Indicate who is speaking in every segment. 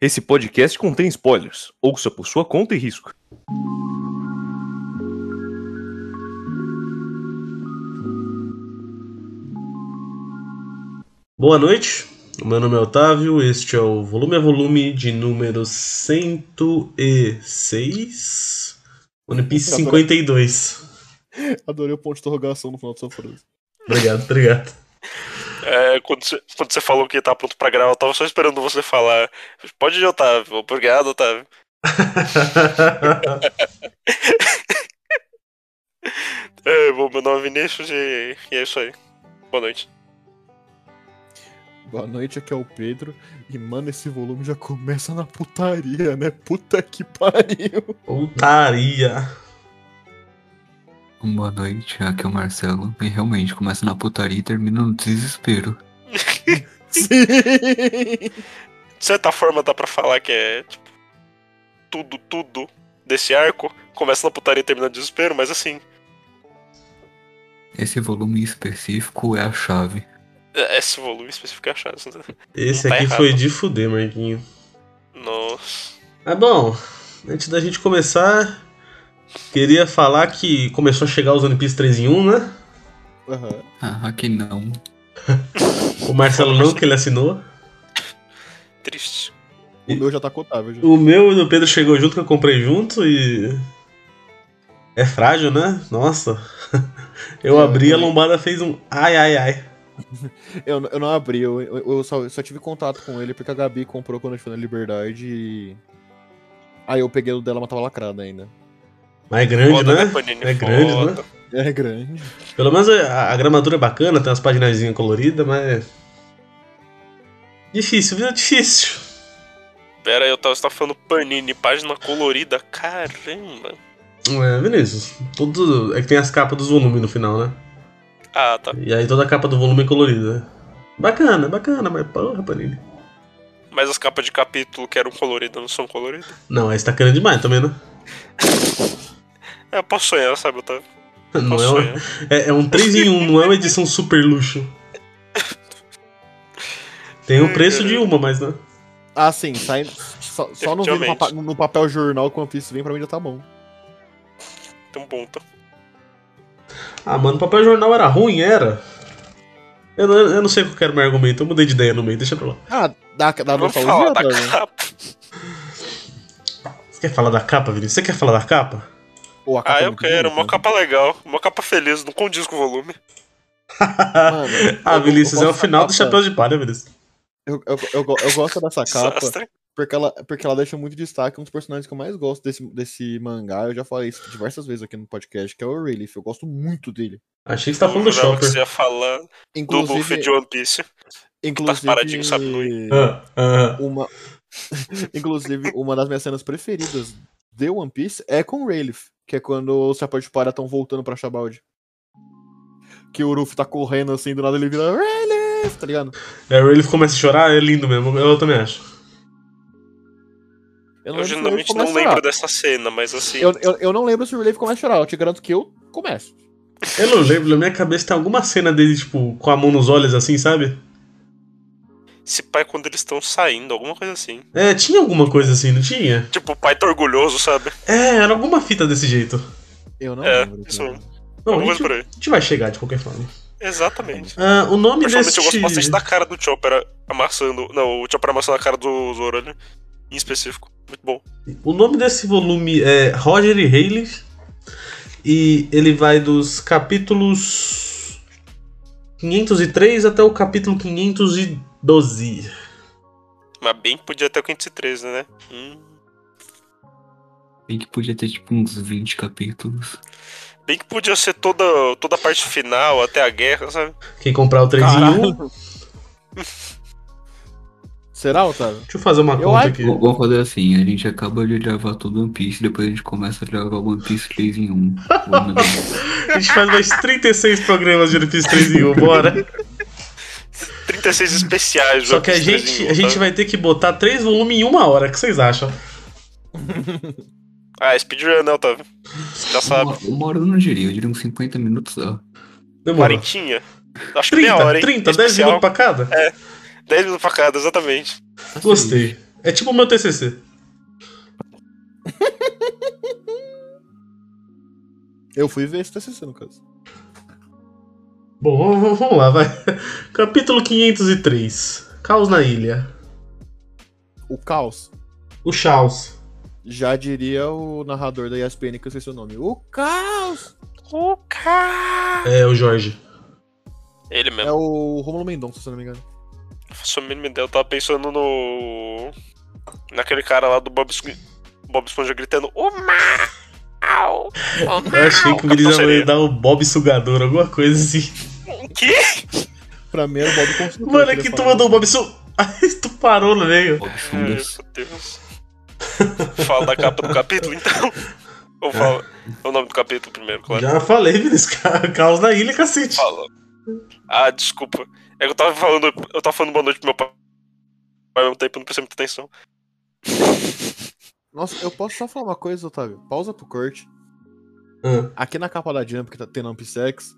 Speaker 1: Esse podcast contém spoilers. Ouça por sua conta e risco.
Speaker 2: Boa noite, o meu nome é Otávio, este é o Volume a Volume de número 106, One Piece 52.
Speaker 3: Adorei o ponto de interrogação no final da sua frase.
Speaker 2: Obrigado, obrigado.
Speaker 4: É, quando, você, quando você falou que tá pronto pra gravar, eu tava só esperando você falar. Pode ir, Otávio. Obrigado, tá? Otávio. É, bom, meu nome é Vinícius e, e é isso aí. Boa noite.
Speaker 3: Boa noite, aqui é o Pedro. E, mano, esse volume já começa na putaria, né? Puta que pariu.
Speaker 2: Putaria.
Speaker 5: Boa noite, aqui é o Marcelo. E realmente começa na putaria e termina no desespero.
Speaker 3: Sim.
Speaker 4: De certa forma, dá pra falar que é tipo, tudo, tudo desse arco. Começa na putaria e termina no desespero, mas assim,
Speaker 5: Esse volume em específico é a chave.
Speaker 4: é- esse volume específico é achado. né?
Speaker 2: Esse
Speaker 4: Não tá
Speaker 2: aqui
Speaker 4: errado.
Speaker 2: foi de fuder, Marquinho.
Speaker 4: Nossa.
Speaker 2: Ah, bom, antes da gente começar, queria falar que começou a chegar os One Piece 3 em 1, né?
Speaker 3: Aham.
Speaker 5: Ah, aqui não.
Speaker 2: O Marcelo não, que ele assinou.
Speaker 4: Triste.
Speaker 3: O meu já tá contável, já.
Speaker 2: O meu e o do Pedro chegou junto, que eu comprei junto e. É frágil, né? Nossa. Eu
Speaker 3: É,
Speaker 2: abri, a
Speaker 3: eu-
Speaker 2: lombada fez um ai, ai, ai.
Speaker 3: Eu, eu não abri, eu, eu- eu só, eu só tive contato com ele porque a Gabi comprou quando a gente foi na Liberdade e... Aí eu peguei o dela, mas tava lacrada ainda.
Speaker 2: Mas é grande,
Speaker 4: Foda,
Speaker 2: né?
Speaker 4: né, Panini?
Speaker 2: É grande,
Speaker 4: Foda.
Speaker 2: né?
Speaker 3: É grande.
Speaker 2: Pelo menos a, a gramatura é bacana, tem umas paginazinhas coloridas, mas. é Difícil, viu? Difícil.
Speaker 4: Pera aí, eu tava, você tava falando Panini, página colorida. Caramba.
Speaker 2: É, Vinícius, tudo. É que tem as capas dos volumes no final, né?
Speaker 4: Ah, tá.
Speaker 2: E aí toda a capa do volume é colorida. Bacana, bacana, mas porra, Panini.
Speaker 4: Mas as capas de capítulo que eram coloridas não são coloridas?
Speaker 2: Não, aí você tá querendo demais também, né?
Speaker 4: É, eu posso sonhar, sabe, Otávio?
Speaker 2: Não
Speaker 4: Posso
Speaker 2: é, uma-
Speaker 4: sonhar.
Speaker 2: É, é um 3 em 1, não é uma edição super luxo. Tem o preço de uma, mas né?
Speaker 3: Ah, sim, sai, só, só não vem no,
Speaker 4: Efetivamente.
Speaker 3: papa- no papel jornal quando isso vem pra mim já tá bom.
Speaker 4: Tem um ponto.
Speaker 2: Ah, mano, papel jornal era ruim, era. Eu não, eu não sei qual que era o meu argumento, eu mudei de ideia no meio, deixa pra lá.
Speaker 3: Ah, dá, dá
Speaker 4: Vamos
Speaker 3: nostalgia,
Speaker 4: falar da
Speaker 3: tá vendo?
Speaker 4: capa.
Speaker 2: Você quer falar da capa, Vinícius? Você quer falar da capa?
Speaker 3: Pô, a capa
Speaker 4: Ah,
Speaker 3: é
Speaker 4: eu
Speaker 3: muito
Speaker 4: quero. Uma
Speaker 3: bonita.
Speaker 4: capa legal. Uma capa feliz, não condiz com o volume.
Speaker 3: Mano,
Speaker 2: ah,
Speaker 3: eu-
Speaker 2: Vinícius, é o
Speaker 3: eu gosto da
Speaker 2: final do
Speaker 3: capa-
Speaker 2: Chapéu de Palha, Vinícius.
Speaker 3: Eu, eu, eu, go- eu gosto dessa capa
Speaker 4: Desastre.
Speaker 3: porque ela, porque ela deixa muito destaque. Um dos personagens que eu mais gosto desse, desse mangá, eu já falei isso diversas vezes aqui no podcast, que é o Relief. Eu gosto muito dele.
Speaker 2: Achei que você tá falando do
Speaker 4: Eu jurava que
Speaker 2: Chopper.
Speaker 4: você ia falar do Luffy de
Speaker 3: Inclusive,
Speaker 4: One Piece.
Speaker 3: inclusive,
Speaker 4: tá paradinho, sabe,
Speaker 2: Ah, ah.
Speaker 3: uma, inclusive, uma das minhas cenas preferidas de One Piece é com o Relief, que é quando os chapéus de palha estão voltando pra Shabaldi. Que o Luffy tá correndo assim, do nada ele vira Relief, tá ligado?
Speaker 2: É, o Rayleigh começa a chorar, é lindo mesmo, eu também acho.
Speaker 3: Eu
Speaker 4: Eu
Speaker 3: lembro se o Rayleigh
Speaker 4: geralmente
Speaker 3: começa
Speaker 4: não
Speaker 3: a chorar.
Speaker 4: lembro dessa cena, mas assim.
Speaker 3: Eu, eu, eu não lembro se o Relief começa a chorar, eu te garanto que eu começo.
Speaker 2: Eu não lembro, na minha cabeça tem alguma cena dele, tipo, com a mão nos olhos assim, sabe?
Speaker 4: Se pai é quando eles estão saindo, alguma coisa assim.
Speaker 2: É, tinha alguma coisa assim, não tinha?
Speaker 4: Tipo, o pai tá orgulhoso, sabe?
Speaker 2: É, era alguma fita desse jeito.
Speaker 3: Eu não
Speaker 4: É,
Speaker 3: lembro.
Speaker 4: isso
Speaker 3: cara.
Speaker 4: mesmo.
Speaker 2: Não, a
Speaker 4: Alguma
Speaker 2: gente,
Speaker 4: coisa por aí.
Speaker 2: a gente vai chegar de qualquer forma.
Speaker 4: Exatamente.
Speaker 2: Ah, o nome
Speaker 4: Principalmente
Speaker 2: deste...
Speaker 4: eu gosto bastante da cara do Chopper amassando. Não, o Chopper amassando a cara do Zoro ali. Em específico. Muito bom.
Speaker 2: O nome desse volume é Roger e Haley. E ele vai dos capítulos 503 até o capítulo 512.
Speaker 4: Mas bem que podia ter o 513, né? Hum.
Speaker 5: Bem que podia ter tipo uns 20 capítulos.
Speaker 4: Bem que podia ser toda, toda a parte final, até a guerra, sabe?
Speaker 2: Quem comprar o 3 em 1.
Speaker 3: Caralho. Será, Otávio?
Speaker 2: Deixa eu fazer uma
Speaker 3: Eu
Speaker 2: conta
Speaker 3: acho-
Speaker 4: É.
Speaker 2: aqui.
Speaker 5: V- Vamos fazer assim, a gente acaba de gravar todo One Piece, depois a gente começa a gravar One Piece 3 em 1. Vamos lá.
Speaker 2: A gente faz mais 36 programas de One Piece 3 em 1, bora.
Speaker 4: 36 especiais, tá?
Speaker 2: Só que a gente, a gente vai ter que botar três volumes em uma hora, o que vocês acham?
Speaker 4: Ah, speedrun, né, Otávio? Já sabe.
Speaker 5: uma, uma hora eu não diria, eu diria uns 50 minutos só.
Speaker 2: Demora.
Speaker 4: Quarentinha? Acho que meia
Speaker 2: 30,
Speaker 4: hora, hein?
Speaker 2: 30, 10
Speaker 4: Especial.
Speaker 2: minutos pra cada?
Speaker 4: 10 minutos pra cada, exatamente.
Speaker 2: Gostei. É tipo o meu TCC.
Speaker 3: Eu fui ver esse TCC, no caso.
Speaker 2: Bom, vamos- vamos- vamos lá, vai. Capítulo 503. Caos na ilha.
Speaker 3: O caos.
Speaker 2: O Chaos.
Speaker 3: Já diria o narrador da ESPN, que eu sei seu nome. O caos!
Speaker 4: O cara.
Speaker 2: É, o Jorge.
Speaker 4: Ele
Speaker 3: É
Speaker 4: mesmo.
Speaker 3: o Romulo Mendonça, se eu não me engano.
Speaker 4: Só me deu, eu tava pensando no. Naquele cara lá do Bob, Esp- Bob Esponja gritando: O mal! O mal!
Speaker 2: Eu achei que o
Speaker 4: Capitão
Speaker 2: menino ia
Speaker 4: Sereia.
Speaker 2: dar o Bob Sugador, alguma coisa assim.
Speaker 4: Que?
Speaker 3: Pra mim era o Bob Construtor.
Speaker 2: Mano, é
Speaker 3: eu
Speaker 2: que
Speaker 3: queria
Speaker 2: tu
Speaker 3: falar.
Speaker 2: mandou o Bob Su. Aí tu parou no meio.
Speaker 5: Bob
Speaker 4: Ai, meu
Speaker 5: Fungas.
Speaker 4: Deus. Fala da capa do capítulo, então. Ou fala o nome do capítulo primeiro, claro.
Speaker 2: É. Já falei, Vinícius. ca- Caos na ilha, cacete.
Speaker 4: Fala. Ah, desculpa. É que eu tava falando. Eu tava falando boa noite pro meu pai. Ao mesmo tempo, eu não prestei muita atenção.
Speaker 3: Nossa, eu posso só falar uma coisa, Otávio? Pausa pro corte.
Speaker 2: Ah,
Speaker 3: Aqui na capa da Jump, que tá tendo Ampisex,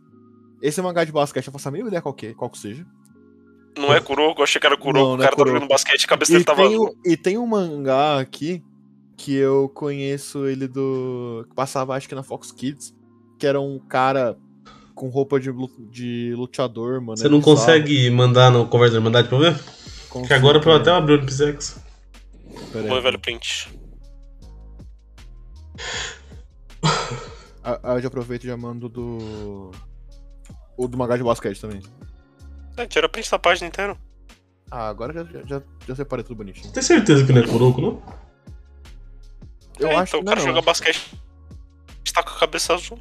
Speaker 3: esse mangá de basquete, eu faço a mínima ideia qual que, é, qual que seja.
Speaker 4: Não é Kuroko, eu achei que era Kuroko.
Speaker 3: Não,
Speaker 4: o
Speaker 3: não é
Speaker 4: cara tava
Speaker 3: Kuroko.
Speaker 4: jogando basquete, a cabeça
Speaker 3: E
Speaker 4: dele tava
Speaker 3: tem,
Speaker 4: azul.
Speaker 3: um, e tem um mangá aqui que eu conheço ele do. que passava acho que na Fox Kids, que era um cara com roupa de, lu- de luteador, mano.
Speaker 2: Você
Speaker 3: era
Speaker 2: não
Speaker 3: bizarro.
Speaker 2: consegue mandar no conversa de mandar pra eu ver?
Speaker 3: Consigo,
Speaker 2: Que agora pra eu até um
Speaker 3: peraí,
Speaker 2: abrir o Olympisex.
Speaker 3: peraí.
Speaker 4: Vou levar o print.
Speaker 3: Ah, ah, eu já aproveito e já mando do. O do mangá de basquete também.
Speaker 4: É, tira print da página inteira.
Speaker 3: Ah, agora já, já, já, já separei tudo bonitinho.
Speaker 2: Tem certeza que não é Kuroko, não?
Speaker 3: Eu
Speaker 4: é,
Speaker 3: acho
Speaker 4: então, o
Speaker 3: que não,
Speaker 4: cara
Speaker 3: é
Speaker 4: joga
Speaker 3: não.
Speaker 4: basquete. Está com a cabeça azul.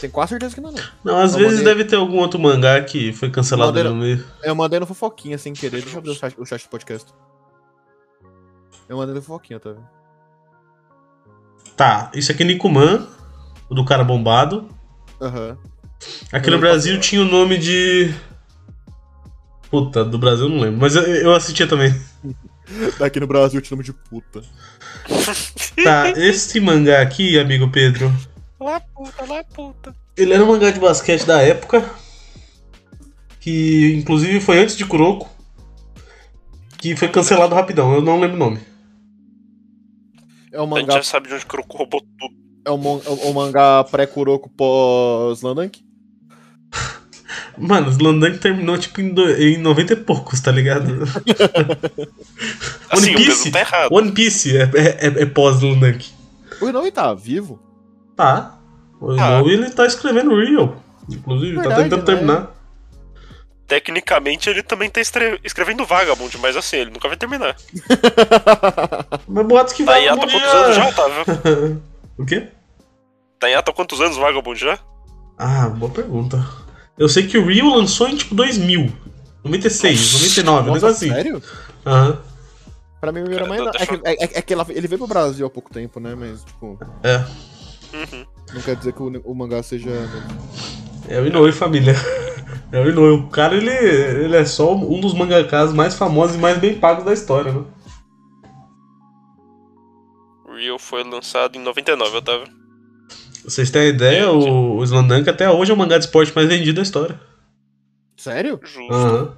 Speaker 3: Tenho quase certeza que não, é não.
Speaker 2: Não, às
Speaker 3: Não,
Speaker 2: vezes
Speaker 3: mandei.
Speaker 2: deve ter algum outro mangá que foi cancelado
Speaker 3: Mandei
Speaker 2: no meio.
Speaker 3: Eu mandei no fofoquinha sem querer. Deixa eu abrir o chat, o chat do podcast. Eu mandei no fofoquinha, tá vendo?
Speaker 2: Tá, isso aqui é Nikuman, o do cara bombado.
Speaker 3: Aham.
Speaker 2: Aqui no
Speaker 3: Hum.
Speaker 2: Brasil tinha o nome de. Puta, do Brasil eu não lembro, mas eu, eu assistia também.
Speaker 3: Aqui no Brasil te chamo de puta.
Speaker 2: Tá, esse mangá aqui, amigo Pedro,
Speaker 4: Lá puta, lá puta.
Speaker 2: ele era um mangá de basquete da época, que inclusive foi antes de Kuroko, que foi cancelado rapidão, eu não lembro o nome.
Speaker 3: É um
Speaker 4: A gente
Speaker 3: mangá,
Speaker 4: já sabe de onde Kuroko roubou tudo.
Speaker 3: é um, mon- é um mangá pré-Kuroko pós-Landank?
Speaker 2: Mano, o Slandank terminou tipo em, do- em 90 e poucos, tá ligado?
Speaker 4: Assim, o
Speaker 2: Piece?
Speaker 4: peso tá errado.
Speaker 2: One Piece é, é, é- é pós-Slandank.
Speaker 3: O Inoue tá vivo?
Speaker 2: Tá. O
Speaker 4: Tá.
Speaker 2: Inoue, ele tá escrevendo Real, inclusive, tá
Speaker 3: Ah. Verdade,
Speaker 2: tentando
Speaker 3: né?
Speaker 2: terminar.
Speaker 4: Tecnicamente, ele também tá estre- escrevendo Vagabond, mas assim, ele nunca vai terminar.
Speaker 2: Mas boatos que
Speaker 4: Tá
Speaker 2: vai um
Speaker 4: em ato há
Speaker 2: morrer.
Speaker 4: quantos anos já, Otávio?
Speaker 2: O quê?
Speaker 4: Tá em ato há quantos anos Vagabond já?
Speaker 2: Ah, boa pergunta. Eu sei que o Rio lançou em tipo 2000. 96, 99, um
Speaker 3: Nossa,
Speaker 2: negócio assim.
Speaker 3: Sério?
Speaker 2: Aham.
Speaker 3: Pra mim, o era
Speaker 4: Cara,
Speaker 3: mais.
Speaker 4: então eu tô
Speaker 3: É que, é- é- é que ela- ele veio pro Brasil há pouco tempo, né? Mas, tipo,
Speaker 2: É.
Speaker 4: Uhum.
Speaker 3: não quer dizer que o, o mangá seja.
Speaker 2: É o Inoue, família. É o Inoue. O cara, ele, ele é só um dos mangakás mais famosos e mais bem pagos da história, né?
Speaker 4: Real foi lançado em 99, Otávio.
Speaker 2: Vocês têm ideia, o, o Slandank até hoje é o mangá de esporte mais vendido da história. Uhum.
Speaker 3: Sério?
Speaker 4: Justo.
Speaker 2: Aham.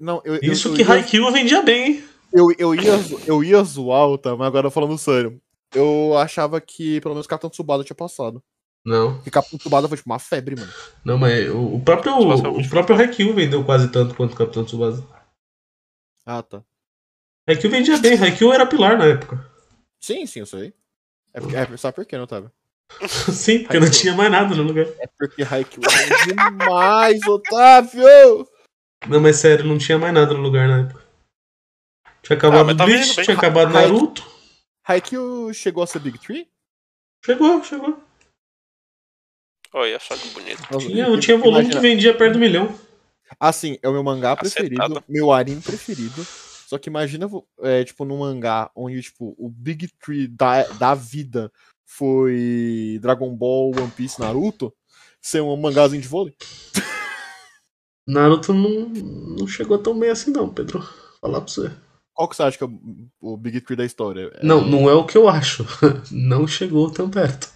Speaker 3: Não, eu. eu-
Speaker 2: Isso
Speaker 3: eu
Speaker 2: que
Speaker 3: ia-
Speaker 2: Haikyuu vendia bem, hein?
Speaker 3: Eu, eu, ia, zo- eu ia zoar o Tama, agora falando sério. Eu achava que pelo menos o Capitão Tsubasa tinha passado.
Speaker 2: Não.
Speaker 3: Porque Capitão Tsubasa foi tipo uma febre, mano.
Speaker 2: Não, mas o, o próprio,
Speaker 4: Tsubasa é muito
Speaker 3: um
Speaker 2: o próprio Haikyuu vendeu quase tanto quanto o Capitão Tsubasa.
Speaker 3: Ah, tá.
Speaker 2: Haikyuu vendia bem, Haikyuu era pilar na época.
Speaker 3: Sim, sim, eu sei. É, porque, é sabe por quê, não, Otávio?
Speaker 2: Sim, porque não tinha mais nada no lugar.
Speaker 3: É porque Haikyuu é demais, Otávio!
Speaker 2: Não, mas sério, não tinha mais nada no lugar na época. Tinha acabado
Speaker 4: mas tá
Speaker 2: Bleach,
Speaker 4: vendo bem
Speaker 2: tinha acabado
Speaker 3: rápido.
Speaker 2: Naruto.
Speaker 3: Haikyuu chegou a ser Big Tree?
Speaker 2: Chegou, chegou.
Speaker 4: Olha só que bonito.
Speaker 2: Tinha, tinha volume que vendia perto do milhão.
Speaker 3: Assim, é o meu mangá
Speaker 4: Acertado.
Speaker 3: preferido, meu anime preferido. Só que imagina, vo- é, tipo, num mangá onde, tipo, o Big Tree da, da vida foi Dragon Ball, One Piece, Naruto, ser um mangazinho de vôlei.
Speaker 2: Naruto não, não chegou tão bem assim, não, Pedro. Falar pra você.
Speaker 3: Qual que você acha que é o, o Big Tree da história? É-
Speaker 2: Não, não é o que eu acho. Não chegou tão perto.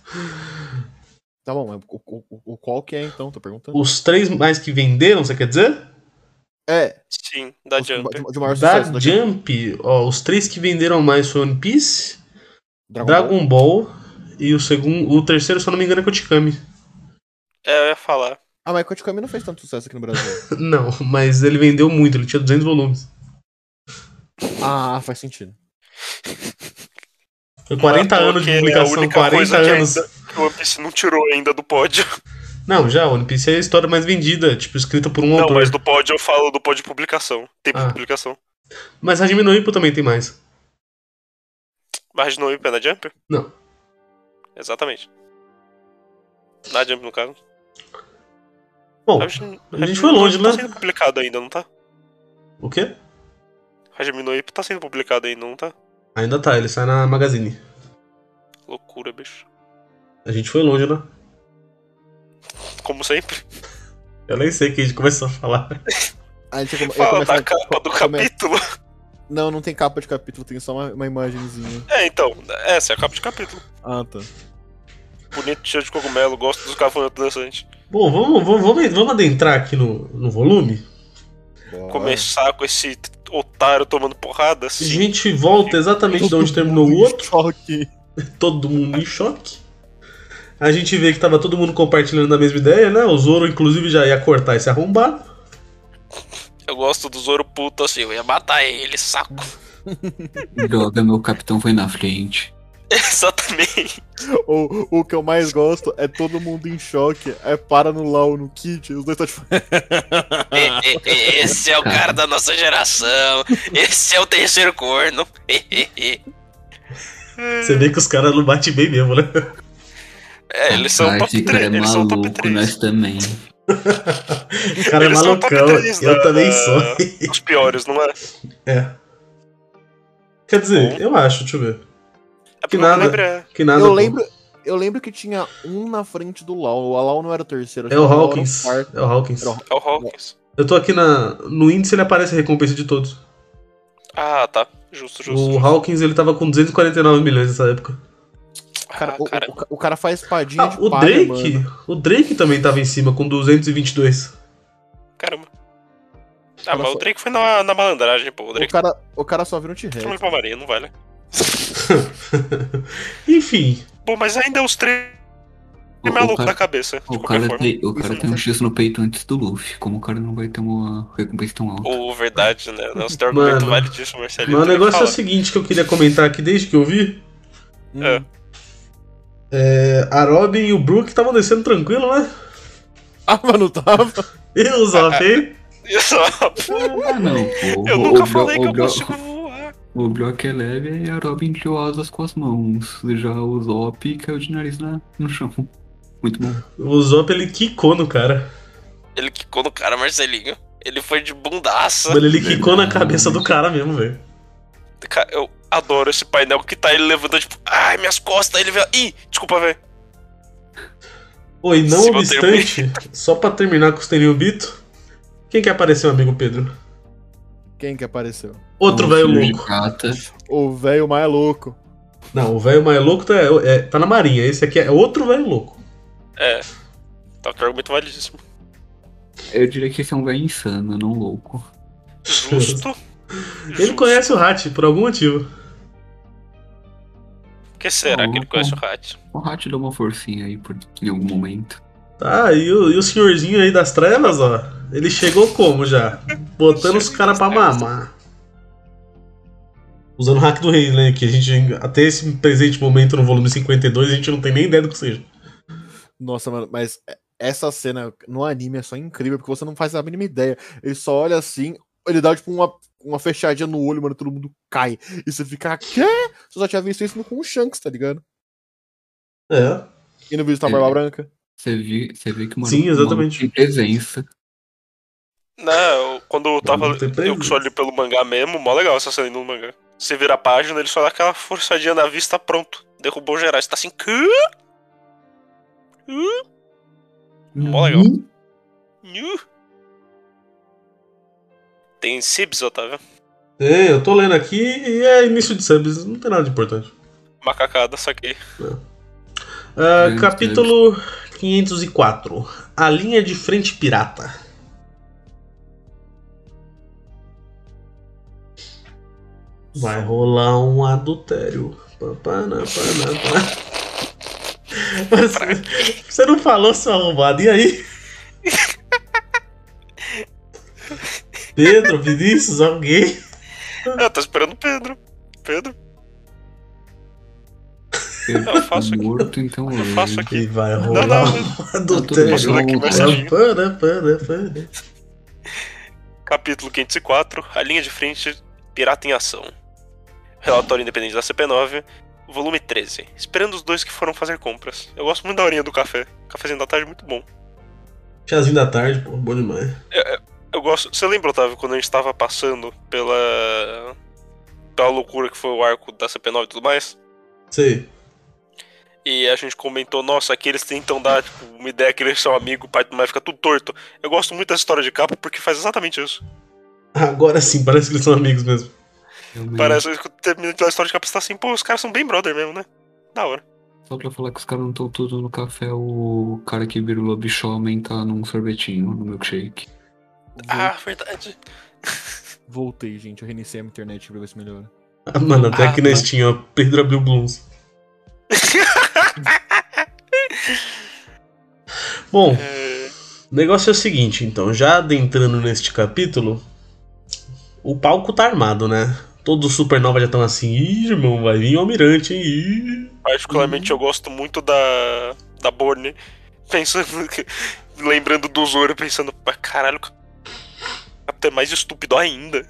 Speaker 3: Tá bom, mas o, o- o- o qual que é então? Tô perguntando.
Speaker 2: Os três mais que venderam, você quer dizer?
Speaker 3: É,
Speaker 4: Sim. Sim, da
Speaker 3: Os-
Speaker 4: Jump.
Speaker 3: de- De maior
Speaker 2: Da
Speaker 3: sucesso. daqui.
Speaker 2: Jump, ó, os três que venderam mais foi One Piece,
Speaker 3: Dragon Ball.
Speaker 2: Dragon Ball e o segundo, o terceiro, se eu não me engano, é Kotikami.
Speaker 4: É, eu ia falar.
Speaker 3: Ah, mas Kotikami não fez tanto sucesso aqui no Brasil.
Speaker 2: Não, mas ele vendeu muito, ele tinha 200 volumes.
Speaker 3: ah, faz sentido.
Speaker 2: Foi 40
Speaker 4: Não é à toa
Speaker 2: anos
Speaker 4: que
Speaker 2: de
Speaker 4: é a
Speaker 2: publicação,
Speaker 4: única
Speaker 2: 40
Speaker 4: coisa que
Speaker 2: anos.
Speaker 4: ainda- O One Piece não tirou ainda do pódio.
Speaker 2: Não, já, One Piece é a história mais vendida, tipo, escrita por um
Speaker 4: Não,
Speaker 2: autor.
Speaker 4: mas do pódio eu falo do pódio de publicação. Tempo
Speaker 2: Ah.
Speaker 4: de publicação.
Speaker 2: Mas Hajime no Ippo também tem mais.
Speaker 4: Mas não Ipa é da Jump?
Speaker 2: Não.
Speaker 4: Exatamente. Da Jump, no caso.
Speaker 2: Bom,
Speaker 4: Hajime-
Speaker 2: a
Speaker 4: Hajime
Speaker 2: gente foi
Speaker 4: no
Speaker 2: longe,
Speaker 4: Ippo Tá
Speaker 2: né?
Speaker 4: sendo publicado ainda, não tá?
Speaker 2: o quê?
Speaker 4: Hajime no Ippo tá sendo publicado ainda, não tá?
Speaker 2: Ainda tá, ele sai na Magazine.
Speaker 4: Loucura, bicho.
Speaker 2: A gente foi longe, né?
Speaker 4: Como sempre.
Speaker 2: Eu nem sei o que a gente começou a falar.
Speaker 3: Aí você come...
Speaker 4: Fala
Speaker 3: começa-
Speaker 4: da capa
Speaker 3: come-
Speaker 4: do capítulo.
Speaker 3: Não, não tem capa de capítulo, tem só uma, uma imagenzinha.
Speaker 4: É, então. Essa é a capa de capítulo.
Speaker 3: Ah, tá.
Speaker 4: Bonito, cheio de cogumelo. Gosto dos cavanhados dançantes.
Speaker 2: Bom, vamos, vamos, vamos, vamos adentrar aqui no, no volume.
Speaker 3: Bora.
Speaker 4: Começar com esse otário tomando porrada? assim.
Speaker 2: A
Speaker 4: Sim.
Speaker 2: gente volta exatamente de onde terminou o outro.
Speaker 3: Choque.
Speaker 2: todo mundo em choque. A gente vê que tava todo mundo compartilhando da mesma ideia, né? O Zoro, inclusive, já ia cortar esse arrombado.
Speaker 4: Eu gosto do Zoro puto assim. Eu ia matar ele, saco.
Speaker 5: Droga, meu capitão foi na frente.
Speaker 4: Exatamente.
Speaker 3: O, o que eu mais gosto é todo mundo em choque. É para no Lau, no Kit. Os dois tá tipo.
Speaker 4: Esse é o cara da nossa geração. Esse é o terceiro corno. É,
Speaker 2: Você vê que os caras não batem bem mesmo, né?
Speaker 4: É, eles são
Speaker 5: Ah,
Speaker 4: top
Speaker 5: esse cara
Speaker 4: 3.
Speaker 5: é
Speaker 4: Eles são top
Speaker 5: maluco,
Speaker 4: 3.
Speaker 5: nós também.
Speaker 2: O cara é
Speaker 4: Eles são né?
Speaker 2: malucão.
Speaker 4: top três
Speaker 2: Eu
Speaker 4: da-
Speaker 2: também
Speaker 4: da-
Speaker 2: sou.
Speaker 4: Os piores, não é?
Speaker 2: É. Quer dizer, eu acho, deixa eu ver.
Speaker 4: É porque eu não
Speaker 2: nada.
Speaker 4: lembro. é.
Speaker 2: Que nada.
Speaker 3: Eu lembro, eu lembro que tinha um na frente do Lau. O Lau não era o terceiro. acho
Speaker 2: É o
Speaker 3: que Lau era um
Speaker 2: Hawkins.
Speaker 3: quarto.
Speaker 2: É o Hawkins.
Speaker 3: Era o-
Speaker 4: É o Hawkins.
Speaker 2: Eu tô aqui na. No índice ele aparece a recompensa de todos.
Speaker 4: Ah, tá. Justo, justo.
Speaker 2: O
Speaker 4: justo.
Speaker 2: Hawkins ele tava com 249 milhões nessa época.
Speaker 3: Cara,
Speaker 4: Ah,
Speaker 3: o,
Speaker 4: cara.
Speaker 3: o ca- o cara faz espadinha
Speaker 2: Ah,
Speaker 3: de
Speaker 2: o
Speaker 3: palha,
Speaker 2: Drake.
Speaker 3: mano.
Speaker 2: O Drake também tava em cima com 222.
Speaker 4: Caramba. Ah,
Speaker 3: Cara,
Speaker 4: mas o
Speaker 3: só-
Speaker 4: Drake foi na, na malandragem, pô. O
Speaker 3: O
Speaker 4: Drake
Speaker 3: cara, o cara só vira um T-Rex.
Speaker 4: chama ele pra Maria, não vale.
Speaker 2: Enfim.
Speaker 4: Bom, mas ainda os três
Speaker 5: O,
Speaker 4: é
Speaker 5: o
Speaker 4: maluco da
Speaker 5: cara,
Speaker 4: cabeça, de
Speaker 5: o
Speaker 4: qualquer
Speaker 5: cara
Speaker 4: forma.
Speaker 5: tem, o cara
Speaker 3: Isso
Speaker 5: tem um X no peito antes do Luffy. Como o cara não vai ter uma recompensa tão alta?
Speaker 4: Ou verdade, né? Nossa, teu argumento
Speaker 2: Mano.
Speaker 4: vale disso, Marcelinho.
Speaker 2: Mas o
Speaker 4: tem que
Speaker 2: negócio é o
Speaker 4: falar.
Speaker 2: seguinte que eu queria comentar aqui desde que eu vi.
Speaker 3: Hum.
Speaker 4: É.
Speaker 2: É, a Robin e o Brook estavam descendo tranquilo, né?
Speaker 3: Ah, mas não tava.
Speaker 2: E o Zop, hein?
Speaker 4: Eu só-
Speaker 5: Ah, não, pô.
Speaker 4: Eu
Speaker 5: O-
Speaker 4: nunca
Speaker 5: o Bro-
Speaker 4: falei que
Speaker 5: o
Speaker 4: eu
Speaker 5: Bro-
Speaker 4: consigo voar.
Speaker 5: O Block é leve e a Robin criou asas com as mãos. Já o Zop caiu de nariz na, no chão. Muito bom.
Speaker 2: O Zop ele quicou no cara.
Speaker 4: Ele quicou no cara, Marcelinho. Ele foi de bundaça.
Speaker 2: Mano, ele quicou na cabeça do cara mesmo, velho.
Speaker 4: Cara, eu adoro esse painel que tá ele levantando, tipo, ai, minhas costas. Aí ele vê, ih, desculpa, velho.
Speaker 2: Pô, e não
Speaker 4: Se manter
Speaker 2: obstante, só pra terminar com os Tenryubito, quem que apareceu, amigo Pedro?
Speaker 3: Quem que apareceu?
Speaker 2: Outro
Speaker 5: Um
Speaker 2: velho
Speaker 5: fio de
Speaker 2: louco.
Speaker 5: prata.
Speaker 3: O velho mais louco.
Speaker 2: Não, o velho mais louco tá, é- tá na marinha. Esse aqui é outro velho louco.
Speaker 4: É. Tá, teu argumento validíssimo.
Speaker 5: Eu diria que esse é um velho insano, não louco.
Speaker 4: Justo.
Speaker 2: Ele conhece o Hat por algum motivo.
Speaker 4: O que será que ele
Speaker 5: Maluco.
Speaker 4: conhece o Hat?
Speaker 5: O Hat deu uma forcinha aí por, em algum momento.
Speaker 2: Tá, e o, e o senhorzinho aí das trevas, ó. Ele chegou como já? Botando os caras pra mamar. Usando o hack do rei, né? Que a gente, até esse presente momento no volume 52, a gente não tem nem ideia do que seja.
Speaker 3: Nossa, mano, mas é, essa cena no anime é só incrível, porque você não faz a mínima ideia. Ele só olha assim, ele dá tipo uma, uma fechadinha no olho, mano, todo mundo cai. E você fica, quê? Você já tinha visto isso no- com o Shanks, tá ligado?
Speaker 2: É.
Speaker 3: E no vídeo da
Speaker 5: É.
Speaker 3: Barba Branca.
Speaker 5: Você vê, você vê que o é um
Speaker 2: Sim,
Speaker 5: maluco-
Speaker 2: exatamente.
Speaker 5: o maluco tem presença.
Speaker 4: Não, Né, eu- quando eu tava.
Speaker 2: não tem prejuízo.
Speaker 4: Eu que só li pelo mangá mesmo, mó legal essa cena aí no mangá. Você vira a página, ele só dá aquela forçadinha na vista, pronto. Derrubou geral. Você tá assim. "Cã? Hã? Mó legal.
Speaker 2: Hum?
Speaker 4: Nhu?" Tem Sibs, Otávio.
Speaker 2: É, eu tô lendo aqui e é início de subs, não tem nada de importante.
Speaker 4: Macacada, saquei.
Speaker 2: Ah,
Speaker 5: Grande
Speaker 2: capítulo 504. A linha de frente pirata. Vai rolar um adultério. Pá, pá, na, pá, na, pá. Você, você não falou seu arrombado, e aí? Pedro, Vinícius, alguém?
Speaker 4: Ah, tá esperando o Pedro. Pedro,
Speaker 5: Eu
Speaker 4: Não, eu faço
Speaker 5: tô
Speaker 4: aqui.
Speaker 5: morto, então
Speaker 4: eu faço
Speaker 5: hoje.
Speaker 2: E
Speaker 4: aqui.
Speaker 2: vai
Speaker 4: Não,
Speaker 2: rolar
Speaker 4: não,
Speaker 2: um
Speaker 5: tudo
Speaker 2: adultério.
Speaker 5: bem.
Speaker 4: passando aqui
Speaker 5: Não,
Speaker 4: mais
Speaker 5: não.
Speaker 4: certinho.
Speaker 2: Pá, né, pá, né, pá, né.
Speaker 4: Capítulo 504, a linha de frente Pirata em Ação. Relatório independente da CP9, volume 13. Esperando os dois que foram fazer compras. Eu gosto muito da horinha do café. Cafezinho da tarde é muito bom.
Speaker 2: Chazinho da tarde, pô, bom demais.
Speaker 4: Eu gosto. Você lembra, Otávio, quando a gente tava passando pela. pela loucura que foi o arco da CP9 e tudo mais?
Speaker 2: Sei.
Speaker 4: E a gente comentou, nossa, aqui eles tentam dar tipo, uma ideia que eles são amigos, o pai do mais fica tudo torto. Eu gosto muito dessa história de capa porque faz exatamente isso.
Speaker 2: Agora sim, parece que eles são amigos mesmo.
Speaker 5: Realmente.
Speaker 4: Parece que termina a história de capa você tá assim, pô, os caras são bem brother mesmo, né? Da hora.
Speaker 5: Só pra falar que os caras não estão tudo no café, o cara que vira o lobisomem tá num sorvetinho, no milkshake.
Speaker 4: Ah, verdade.
Speaker 3: Voltei, gente. Eu reiniciei a minha internet pra ver se melhora.
Speaker 2: Ah, Mano, até
Speaker 4: Ah,
Speaker 2: aqui na
Speaker 4: mano.
Speaker 2: Steam, ó. Pedro abriu Blooms. Bom,
Speaker 4: É,
Speaker 2: o negócio é o seguinte, então, já adentrando neste capítulo, o palco tá armado, né? Todos os supernova já estão assim, Ih, irmão, vai vir o almirante, hein? Ih.
Speaker 4: particularmente eu gosto muito da. da Borne. Pensando. que- lembrando do Zoro, pensando, "Pá, caralho, o Capitão é mais estúpido ainda.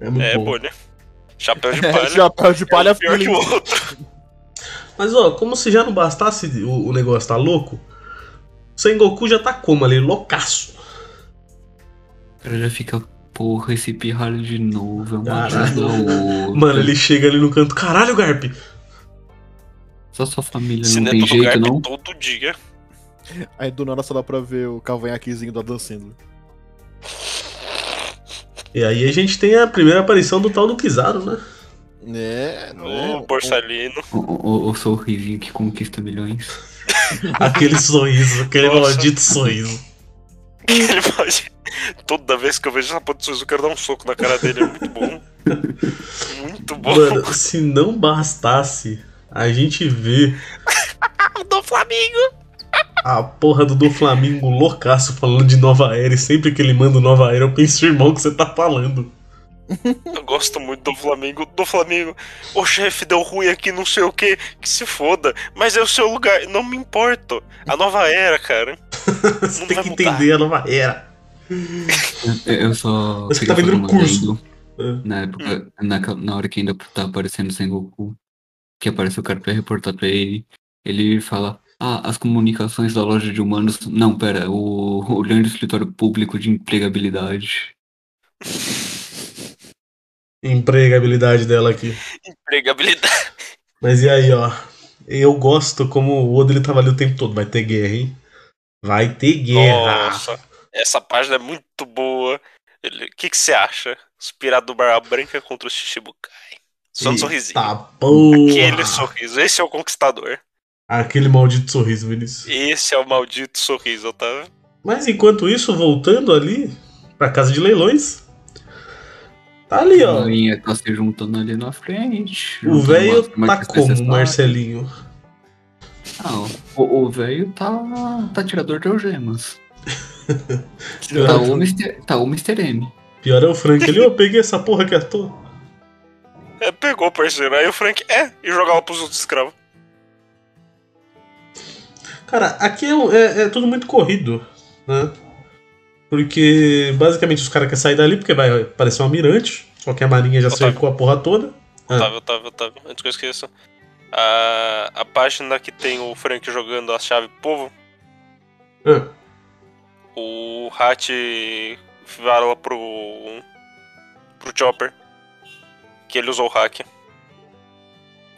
Speaker 2: É muito
Speaker 4: É,
Speaker 2: bom.
Speaker 4: Borne. Chapéu de
Speaker 3: É,
Speaker 4: palha.
Speaker 3: chapéu de palha
Speaker 4: é pior que o
Speaker 3: feeling.
Speaker 4: outro.
Speaker 2: Mas ó, como se já não bastasse o, o negócio tá louco, o Sengoku já tá como ali, loucaço.
Speaker 5: O cara já fica, porra, esse pirralho de novo, é uma
Speaker 2: Caralho.
Speaker 5: atrás da outra.
Speaker 2: Mano, ele chega ali no canto, caralho, Garp!
Speaker 5: Só sua família não
Speaker 4: Cinema
Speaker 5: tem
Speaker 4: do
Speaker 5: jeito,
Speaker 4: Garp
Speaker 5: não?
Speaker 4: todo dia.
Speaker 3: Aí do nada só dá pra ver o cavanhaquezinho do Adam Sandler.
Speaker 2: E aí a gente tem a primeira aparição do tal do Kizaru, né?
Speaker 3: É, né?
Speaker 4: O Borsalino.
Speaker 5: O, o, o sorrisinho que conquista milhões.
Speaker 2: Aquele sorriso, aquele
Speaker 4: Nossa.
Speaker 2: maldito sorriso.
Speaker 4: Ele faz. Toda vez que eu vejo essa ponta de sorriso, eu quero dar um soco na cara dele. É muito bom. Muito bom.
Speaker 2: Mano, se não bastasse a gente ver
Speaker 4: O do Flamengo.
Speaker 2: a porra do do Flamengo loucaço falando de Nova Era, e sempre que ele manda o Nova Era, eu penso, irmão, o que você tá falando.
Speaker 4: Eu gosto muito do Flamengo. Do Flamengo. O chefe deu ruim aqui, não sei o que. Que se foda. Mas é o seu lugar. Não me importo. A nova era, cara.
Speaker 2: Você
Speaker 4: Não
Speaker 2: tem
Speaker 4: vai
Speaker 2: que
Speaker 4: mudar.
Speaker 2: entender a Nova Era.
Speaker 5: Eu, eu só.
Speaker 2: Mas você
Speaker 5: queria
Speaker 2: tá vendendo
Speaker 5: fazer um
Speaker 2: curso.
Speaker 5: adendo.
Speaker 2: É.
Speaker 5: Na época, naquela- na, hora que ainda tá aparecendo sem Goku, que aparece o cara pra reportar pra ele, ele fala. Ah, as comunicações da loja de humanos. Não, pera, o, o grande escritório público de empregabilidade.
Speaker 2: Empregabilidade dela aqui.
Speaker 4: Empregabilidade.
Speaker 2: Mas e aí, ó. Eu gosto como o Oda ele tava ali o tempo todo. Vai ter guerra, hein? Vai ter guerra.
Speaker 4: Nossa. Essa página é muito boa. Ele- O que que você acha? Os piratas do Barba Branca contra o Shishibukai. Só um sorrisinho.
Speaker 2: Tá porra.
Speaker 4: Aquele sorriso. Esse é o conquistador.
Speaker 2: Aquele maldito sorriso, Vinícius.
Speaker 4: Esse é o maldito sorriso, tá? Otávio.
Speaker 2: Mas enquanto isso, voltando ali pra casa de leilões. Tá ali,
Speaker 5: A
Speaker 2: ó.
Speaker 5: Marinha tá se juntando ali na frente.
Speaker 2: O
Speaker 5: juntando
Speaker 2: velho
Speaker 5: umas- umas
Speaker 2: tá como,
Speaker 5: necessárias.
Speaker 2: Marcelinho?
Speaker 5: Não, o o velho tá, tá tirador de algemas. Tá
Speaker 2: Pior,
Speaker 5: o, Mr., tá o Mr. M.
Speaker 2: pior é o Frank ali. Eu peguei essa porra que é à toa.
Speaker 4: É, pegou, parceiro. Aí o Frank, é, e jogava pros outros escravos.
Speaker 2: Cara, aqui é, um- é- é tudo muito corrido, né? Porque basicamente os caras querem sair dali porque vai aparecer um almirante, só que a marinha já
Speaker 4: Otávio.
Speaker 2: cercou a porra toda. Ah.
Speaker 4: Otávio, Otávio, Otávio. Antes que eu esqueça. A, a página que tem o Frank jogando a chave pro povo,
Speaker 2: Ah,
Speaker 4: o Hat varou pro. pro Chopper. Que ele usou o hack.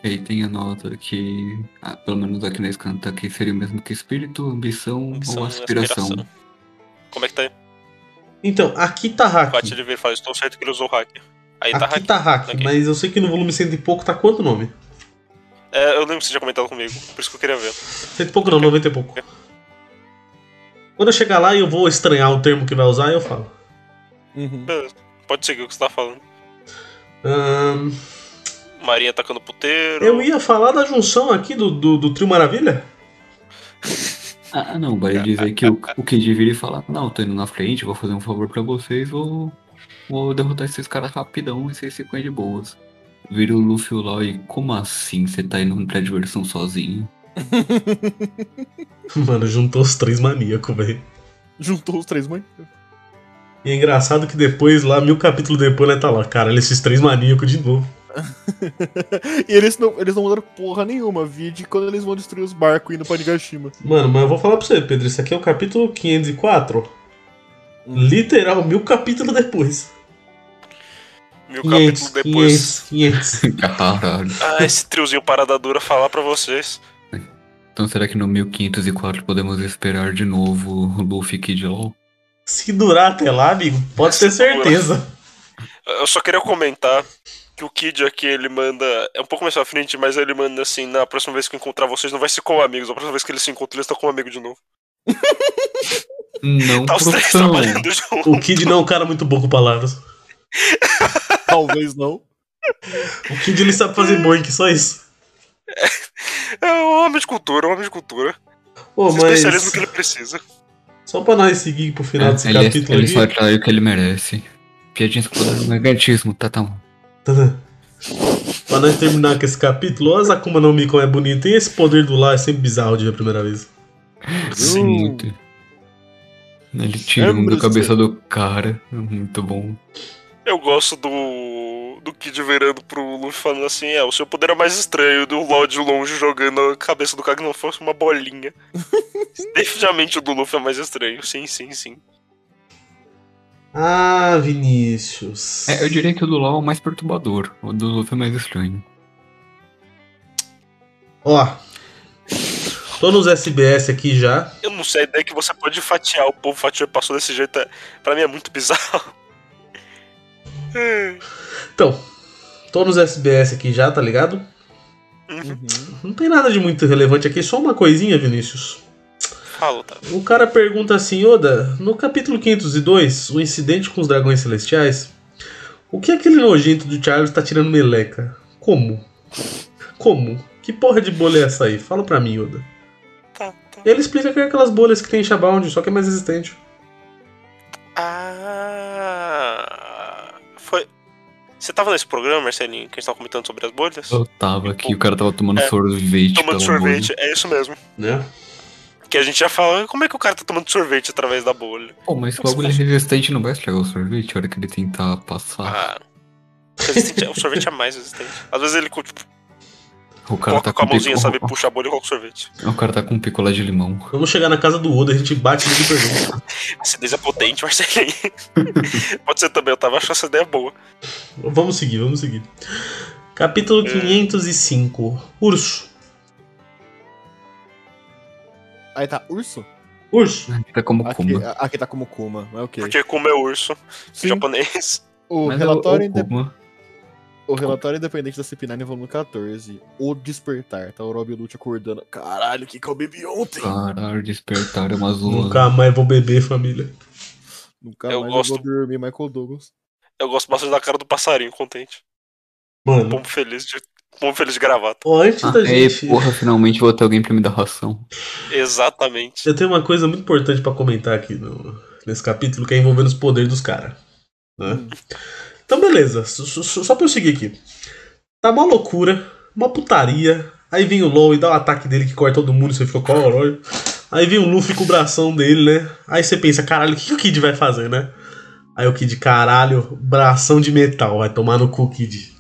Speaker 5: Aí tem a nota que, ah, pelo menos aqui na escanta, que seria o mesmo que espírito, ambição,
Speaker 4: Ambição
Speaker 5: ou
Speaker 4: e
Speaker 5: aspiração.
Speaker 4: aspiração. Como é que tá aí?
Speaker 2: Então, aqui tá
Speaker 4: O
Speaker 2: hack.
Speaker 4: Hat ele vira e fala, estou certo que ele usou o hack. Aí tá
Speaker 2: Aqui
Speaker 4: hack.
Speaker 2: tá hack,
Speaker 4: Ok.
Speaker 2: mas eu sei que no volume cento e pouco tá quanto o nome?
Speaker 4: É, eu lembro que você tinha comentado comigo, por isso que eu queria ver.
Speaker 2: Cento e pouco não, noventa e pouco. Quando eu um chegar lá e eu vou estranhar o termo que vai usar, eu falo.
Speaker 3: Uhum.
Speaker 4: Beleza. Pode seguir o que você tá falando.
Speaker 2: Ahn,
Speaker 4: Marinha atacando puteiro.
Speaker 2: eu ia falar da junção aqui do, do, do Trio Maravilha.
Speaker 5: Ah, não, vai dizer que o, o Kid vira e fala, não, tô indo na frente, vou fazer um favor pra vocês, vou, vou derrotar esses caras rapidão e vocês ficam aí de boas. Vira o Luffy e o Law e como assim você tá indo pra diversão sozinho?
Speaker 2: Mano, juntou os três maníacos, velho.
Speaker 3: Juntou os três mães.
Speaker 2: E é engraçado que depois, lá, mil capítulos depois, né, tá lá, cara, esses três maníacos de novo.
Speaker 3: e eles não, eles não mudaram porra nenhuma. Vide quando eles vão destruir os barcos indo pra Nigashima.
Speaker 2: Mano, mas eu vou falar pra você, Pedro, isso aqui é o capítulo 504. Literal, mil capítulos depois.
Speaker 4: Mil capítulos depois.
Speaker 2: 500.
Speaker 5: Caralho.
Speaker 4: Ah, esse triozinho parada dura falar pra vocês.
Speaker 5: Então será que no 1504 podemos esperar de novo o Luffy e Kid Law?
Speaker 2: Se durar até lá, amigo, pode ter certeza.
Speaker 4: Eu só queria comentar que o Kid aqui, ele manda. É um pouco mais pra frente, mas ele manda assim: na próxima vez que eu encontrar vocês, não vai ser com amigos. A próxima vez que eles se encontram, eles estão com um amigo de novo.
Speaker 5: Não,
Speaker 4: Tá os três
Speaker 5: profissão.
Speaker 4: trabalhando junto.
Speaker 2: O Kid não é um cara muito bom com palavras.
Speaker 3: Talvez não.
Speaker 2: O Kid ele sabe fazer boink, só isso.
Speaker 4: É um homem de cultura, um homem de cultura.
Speaker 2: Pô,
Speaker 4: Se especializa no
Speaker 2: mas
Speaker 4: que ele precisa.
Speaker 2: só pra nós seguir pro final desse
Speaker 5: É, ele,
Speaker 2: capítulo
Speaker 5: ele só
Speaker 2: aqui.
Speaker 5: atrai o que ele merece. Piadinhas com o gargantismo, tá, tá.
Speaker 2: Tadã. Pra nós terminar com esse capítulo, ó, as Akuma no Mi como é bonita e esse poder do lar é sempre bizarro de ver a primeira vez.
Speaker 5: Sim, muito. Ele tira um da
Speaker 3: Ambros-
Speaker 5: cabeça do cara. é Muito bom.
Speaker 4: Eu gosto do. do Kid virando pro Luffy falando assim: é, o seu poder é mais estranho do LOL de longe jogando a cabeça do cara que não fosse uma bolinha. Definitivamente o do Luffy é mais estranho. Sim, sim, sim.
Speaker 2: Ah, Vinícius.
Speaker 5: É, eu diria que o do Law é o mais perturbador. O do Luffy é mais estranho.
Speaker 2: Ó. Tô nos SBS aqui já.
Speaker 4: Eu não sei, a ideia que você pode fatiar o povo fatiou e passou desse jeito. É, pra mim é muito bizarro.
Speaker 2: Então, tô nos SBS aqui já, tá ligado?
Speaker 3: Uhum.
Speaker 2: Não tem nada de muito relevante aqui, só uma coisinha, Vinícius.
Speaker 4: Fala, tá?
Speaker 2: O cara pergunta assim, Oda, no capítulo 502, o incidente com os dragões celestiais, o que aquele nojento do Charles tá tirando meleca? Como? Como? Que porra de bolha é essa aí? Fala pra mim, Oda.
Speaker 4: Tá, tá.
Speaker 2: Ele explica que é aquelas bolhas que tem em Shabound, só que é mais resistente.
Speaker 4: Ah. Foi. Você tava nesse programa, Marcelinho, que a gente tava comentando sobre as bolhas?
Speaker 5: Eu tava aqui, o cara tava tomando sorvete.
Speaker 4: É, Tomando
Speaker 5: pelo
Speaker 4: sorvete, é isso mesmo.
Speaker 2: Né?
Speaker 4: Que a gente já fala, como é que o cara tá tomando sorvete através da bolha?
Speaker 5: amor. Pô, mas o bagulho é resistente não vai estragar o sorvete a hora que ele tentar
Speaker 4: Ah.
Speaker 5: passar.
Speaker 4: Resistente, o sorvete é mais resistente. Às vezes ele tipo,
Speaker 5: o cara
Speaker 4: coloca
Speaker 5: tá
Speaker 4: com
Speaker 5: com,
Speaker 4: a mãozinha,
Speaker 5: pico-
Speaker 4: sabe, puxa a bolha e coloca o sorvete.
Speaker 5: O cara tá com picolé de limão.
Speaker 2: Vamos chegar na casa do Oda, a gente bate nele e pergunta.
Speaker 4: Essa ideia é potente, Marcelinho. Pode ser também, eu tava achando essa ideia boa.
Speaker 2: Vamos seguir, vamos seguir. Capítulo 505. Urso.
Speaker 3: Aí tá, urso?
Speaker 2: Urso.
Speaker 5: Tá como
Speaker 3: Aqui,
Speaker 5: Kuma.
Speaker 3: a- aqui tá como Kuma, mas ok.
Speaker 4: Porque como é urso
Speaker 3: Sim,
Speaker 4: japonês.
Speaker 3: o
Speaker 5: Mas
Speaker 3: relatório,
Speaker 5: é o,
Speaker 3: inde-
Speaker 5: o Kuma.
Speaker 3: o relatório independente da CP9, volume 14. O despertar, tá? O Rob Lute acordando. Caralho, o que, que eu bebi ontem?
Speaker 5: Ah. Caralho, despertar é uma zoa.
Speaker 2: Nunca mais vou beber, família.
Speaker 3: Nunca
Speaker 4: Eu
Speaker 3: mais
Speaker 4: gosto.
Speaker 3: eu vou dormir, Michael Douglas.
Speaker 4: Eu gosto bastante da cara do passarinho, contente.
Speaker 2: Mano.
Speaker 4: Pombo feliz de. Pombo feliz de gravata.
Speaker 2: Ó, antes
Speaker 5: Ah,
Speaker 2: da
Speaker 5: ei,
Speaker 2: gente.
Speaker 5: porra, finalmente vou ter alguém pra me dar ração.
Speaker 4: Exatamente.
Speaker 2: Eu tenho uma coisa muito importante pra comentar aqui no- nesse capítulo, que é envolvendo os poderes dos caras. né?
Speaker 3: Hum.
Speaker 2: Então, beleza. s- s- Só pra eu seguir aqui. Tá uma loucura, uma putaria. Aí vem o LOL e dá o ataque dele que corta todo mundo, você fica com o horói. Aí vem o Luffy com o bração dele, né? Aí você pensa, caralho, o que, que o Kid vai fazer, né? Aí o Kid, caralho, bração de metal, vai tomar no cu, Kid.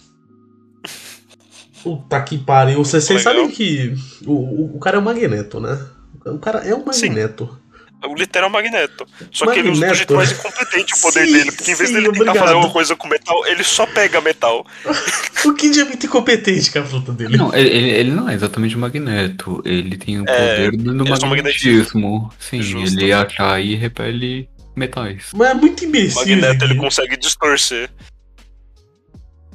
Speaker 2: Puta que pariu. Vocês vocês
Speaker 4: Legal.
Speaker 2: sabem que o, o, o cara é um magneto, né? O cara é um
Speaker 4: Sim.
Speaker 2: magneto.
Speaker 4: É o literal magneto. Só que ele usa do
Speaker 2: Magneto.
Speaker 4: jeito mais incompetente o poder
Speaker 2: Sim,
Speaker 4: dele. Porque em vez
Speaker 2: sim,
Speaker 4: dele tentar
Speaker 2: obrigado.
Speaker 4: fazer alguma coisa com metal, ele só pega metal.
Speaker 2: O Kid é muito incompetente com a fruta dele.
Speaker 5: Não, ele, ele- ele não é exatamente magneto. Ele tem o
Speaker 4: É,
Speaker 5: poder do do
Speaker 4: ele é só
Speaker 5: magnetismo. Sim,
Speaker 4: Justo.
Speaker 5: ele atrai e repele metais.
Speaker 2: Mas é muito
Speaker 4: O
Speaker 2: imbecil.
Speaker 4: magneto ele
Speaker 2: Kid.
Speaker 4: consegue distorcer.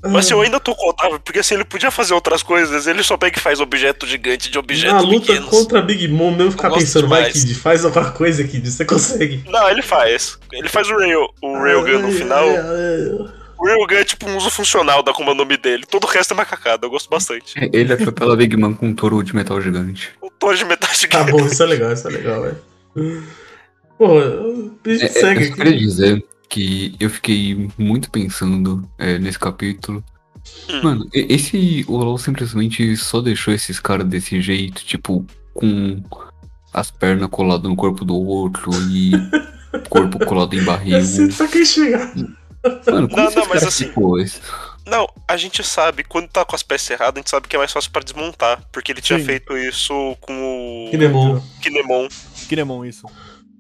Speaker 4: Mas
Speaker 2: Ah,
Speaker 4: eu ainda tô contável, porque assim, ele podia fazer outras coisas, ele só pega e faz objeto gigante de
Speaker 2: Na
Speaker 4: objetos
Speaker 2: luta
Speaker 4: pequenos.
Speaker 2: contra Big Mom, mesmo ficar
Speaker 4: gosto
Speaker 2: pensando, vai,
Speaker 4: demais.
Speaker 2: Kid, faz alguma coisa, Kid, você consegue.
Speaker 4: Não, ele faz. Ele faz o, rail, o Railgun Um no
Speaker 2: Ai,
Speaker 4: final,
Speaker 2: ai, ai.
Speaker 4: O Ryugan é tipo um uso funcional da como é o nome dele. Todo o resto é macacada, eu gosto bastante.
Speaker 5: É, Ele atropela a Big Man com um touro de metal gigante.
Speaker 4: O Toro de metade
Speaker 2: Tá bom, isso é legal, isso é legal, velho. Porra, o bicho
Speaker 5: É, é, eu
Speaker 2: segue
Speaker 5: só queria
Speaker 2: aqui.
Speaker 5: dizer que eu fiquei muito pensando é, nesse capítulo.
Speaker 4: Hum.
Speaker 5: Mano, e- esse Olau simplesmente só deixou esses caras desse jeito, tipo, com as pernas coladas no corpo do outro e corpo colado em barril.
Speaker 2: Eu sinto pra quem tá chegar.
Speaker 5: Mano, como
Speaker 4: Não,
Speaker 5: esses
Speaker 4: não, mas
Speaker 5: caras
Speaker 4: assim-
Speaker 5: ficou esse-
Speaker 4: Não, a gente sabe, quando tá com as peças erradas, a gente sabe que é mais fácil pra desmontar. Porque ele tinha
Speaker 3: Sim.
Speaker 4: feito isso com o
Speaker 2: Que demônio.
Speaker 4: Kinemon.
Speaker 3: Kinemon, é isso.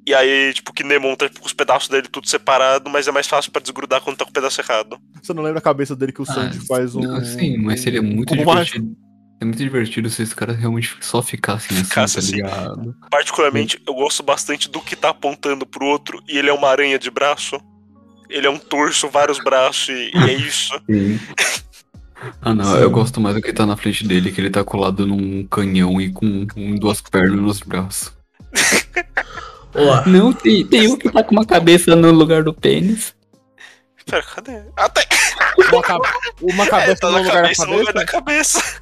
Speaker 4: E aí, tipo, o Kinemon tá tipo, com os pedaços dele tudo separado, mas é mais fácil pra desgrudar quando tá com o pedaço errado.
Speaker 3: Você não lembra a cabeça dele que o Sanji faz um.
Speaker 5: Não, Ah, sim, mas seria muito
Speaker 3: Como mágico.
Speaker 5: divertido. É muito divertido se esses caras realmente só ficassem assim,
Speaker 4: Ficasse
Speaker 5: tá
Speaker 4: assim.
Speaker 5: ligado?
Speaker 4: Particularmente, eu gosto bastante do que tá apontando pro outro, e ele é uma aranha de braço. Ele é um torso, vários braços, e, e é isso.
Speaker 5: Ah não, eu gosto mais do que tá na frente dele, que ele tá colado num canhão e com, com duas pernas nos braços.
Speaker 2: Ó,
Speaker 5: Não, tem, tem um que tá com uma cabeça no lugar do pênis.
Speaker 4: Pera, cadê? Ah, tá,
Speaker 3: Uma, cabe- uma
Speaker 4: é,
Speaker 3: cabeça
Speaker 4: tá
Speaker 3: no
Speaker 4: na
Speaker 3: um lugar da
Speaker 4: cabeça, no lugar da
Speaker 3: cabeça.
Speaker 4: cabeça.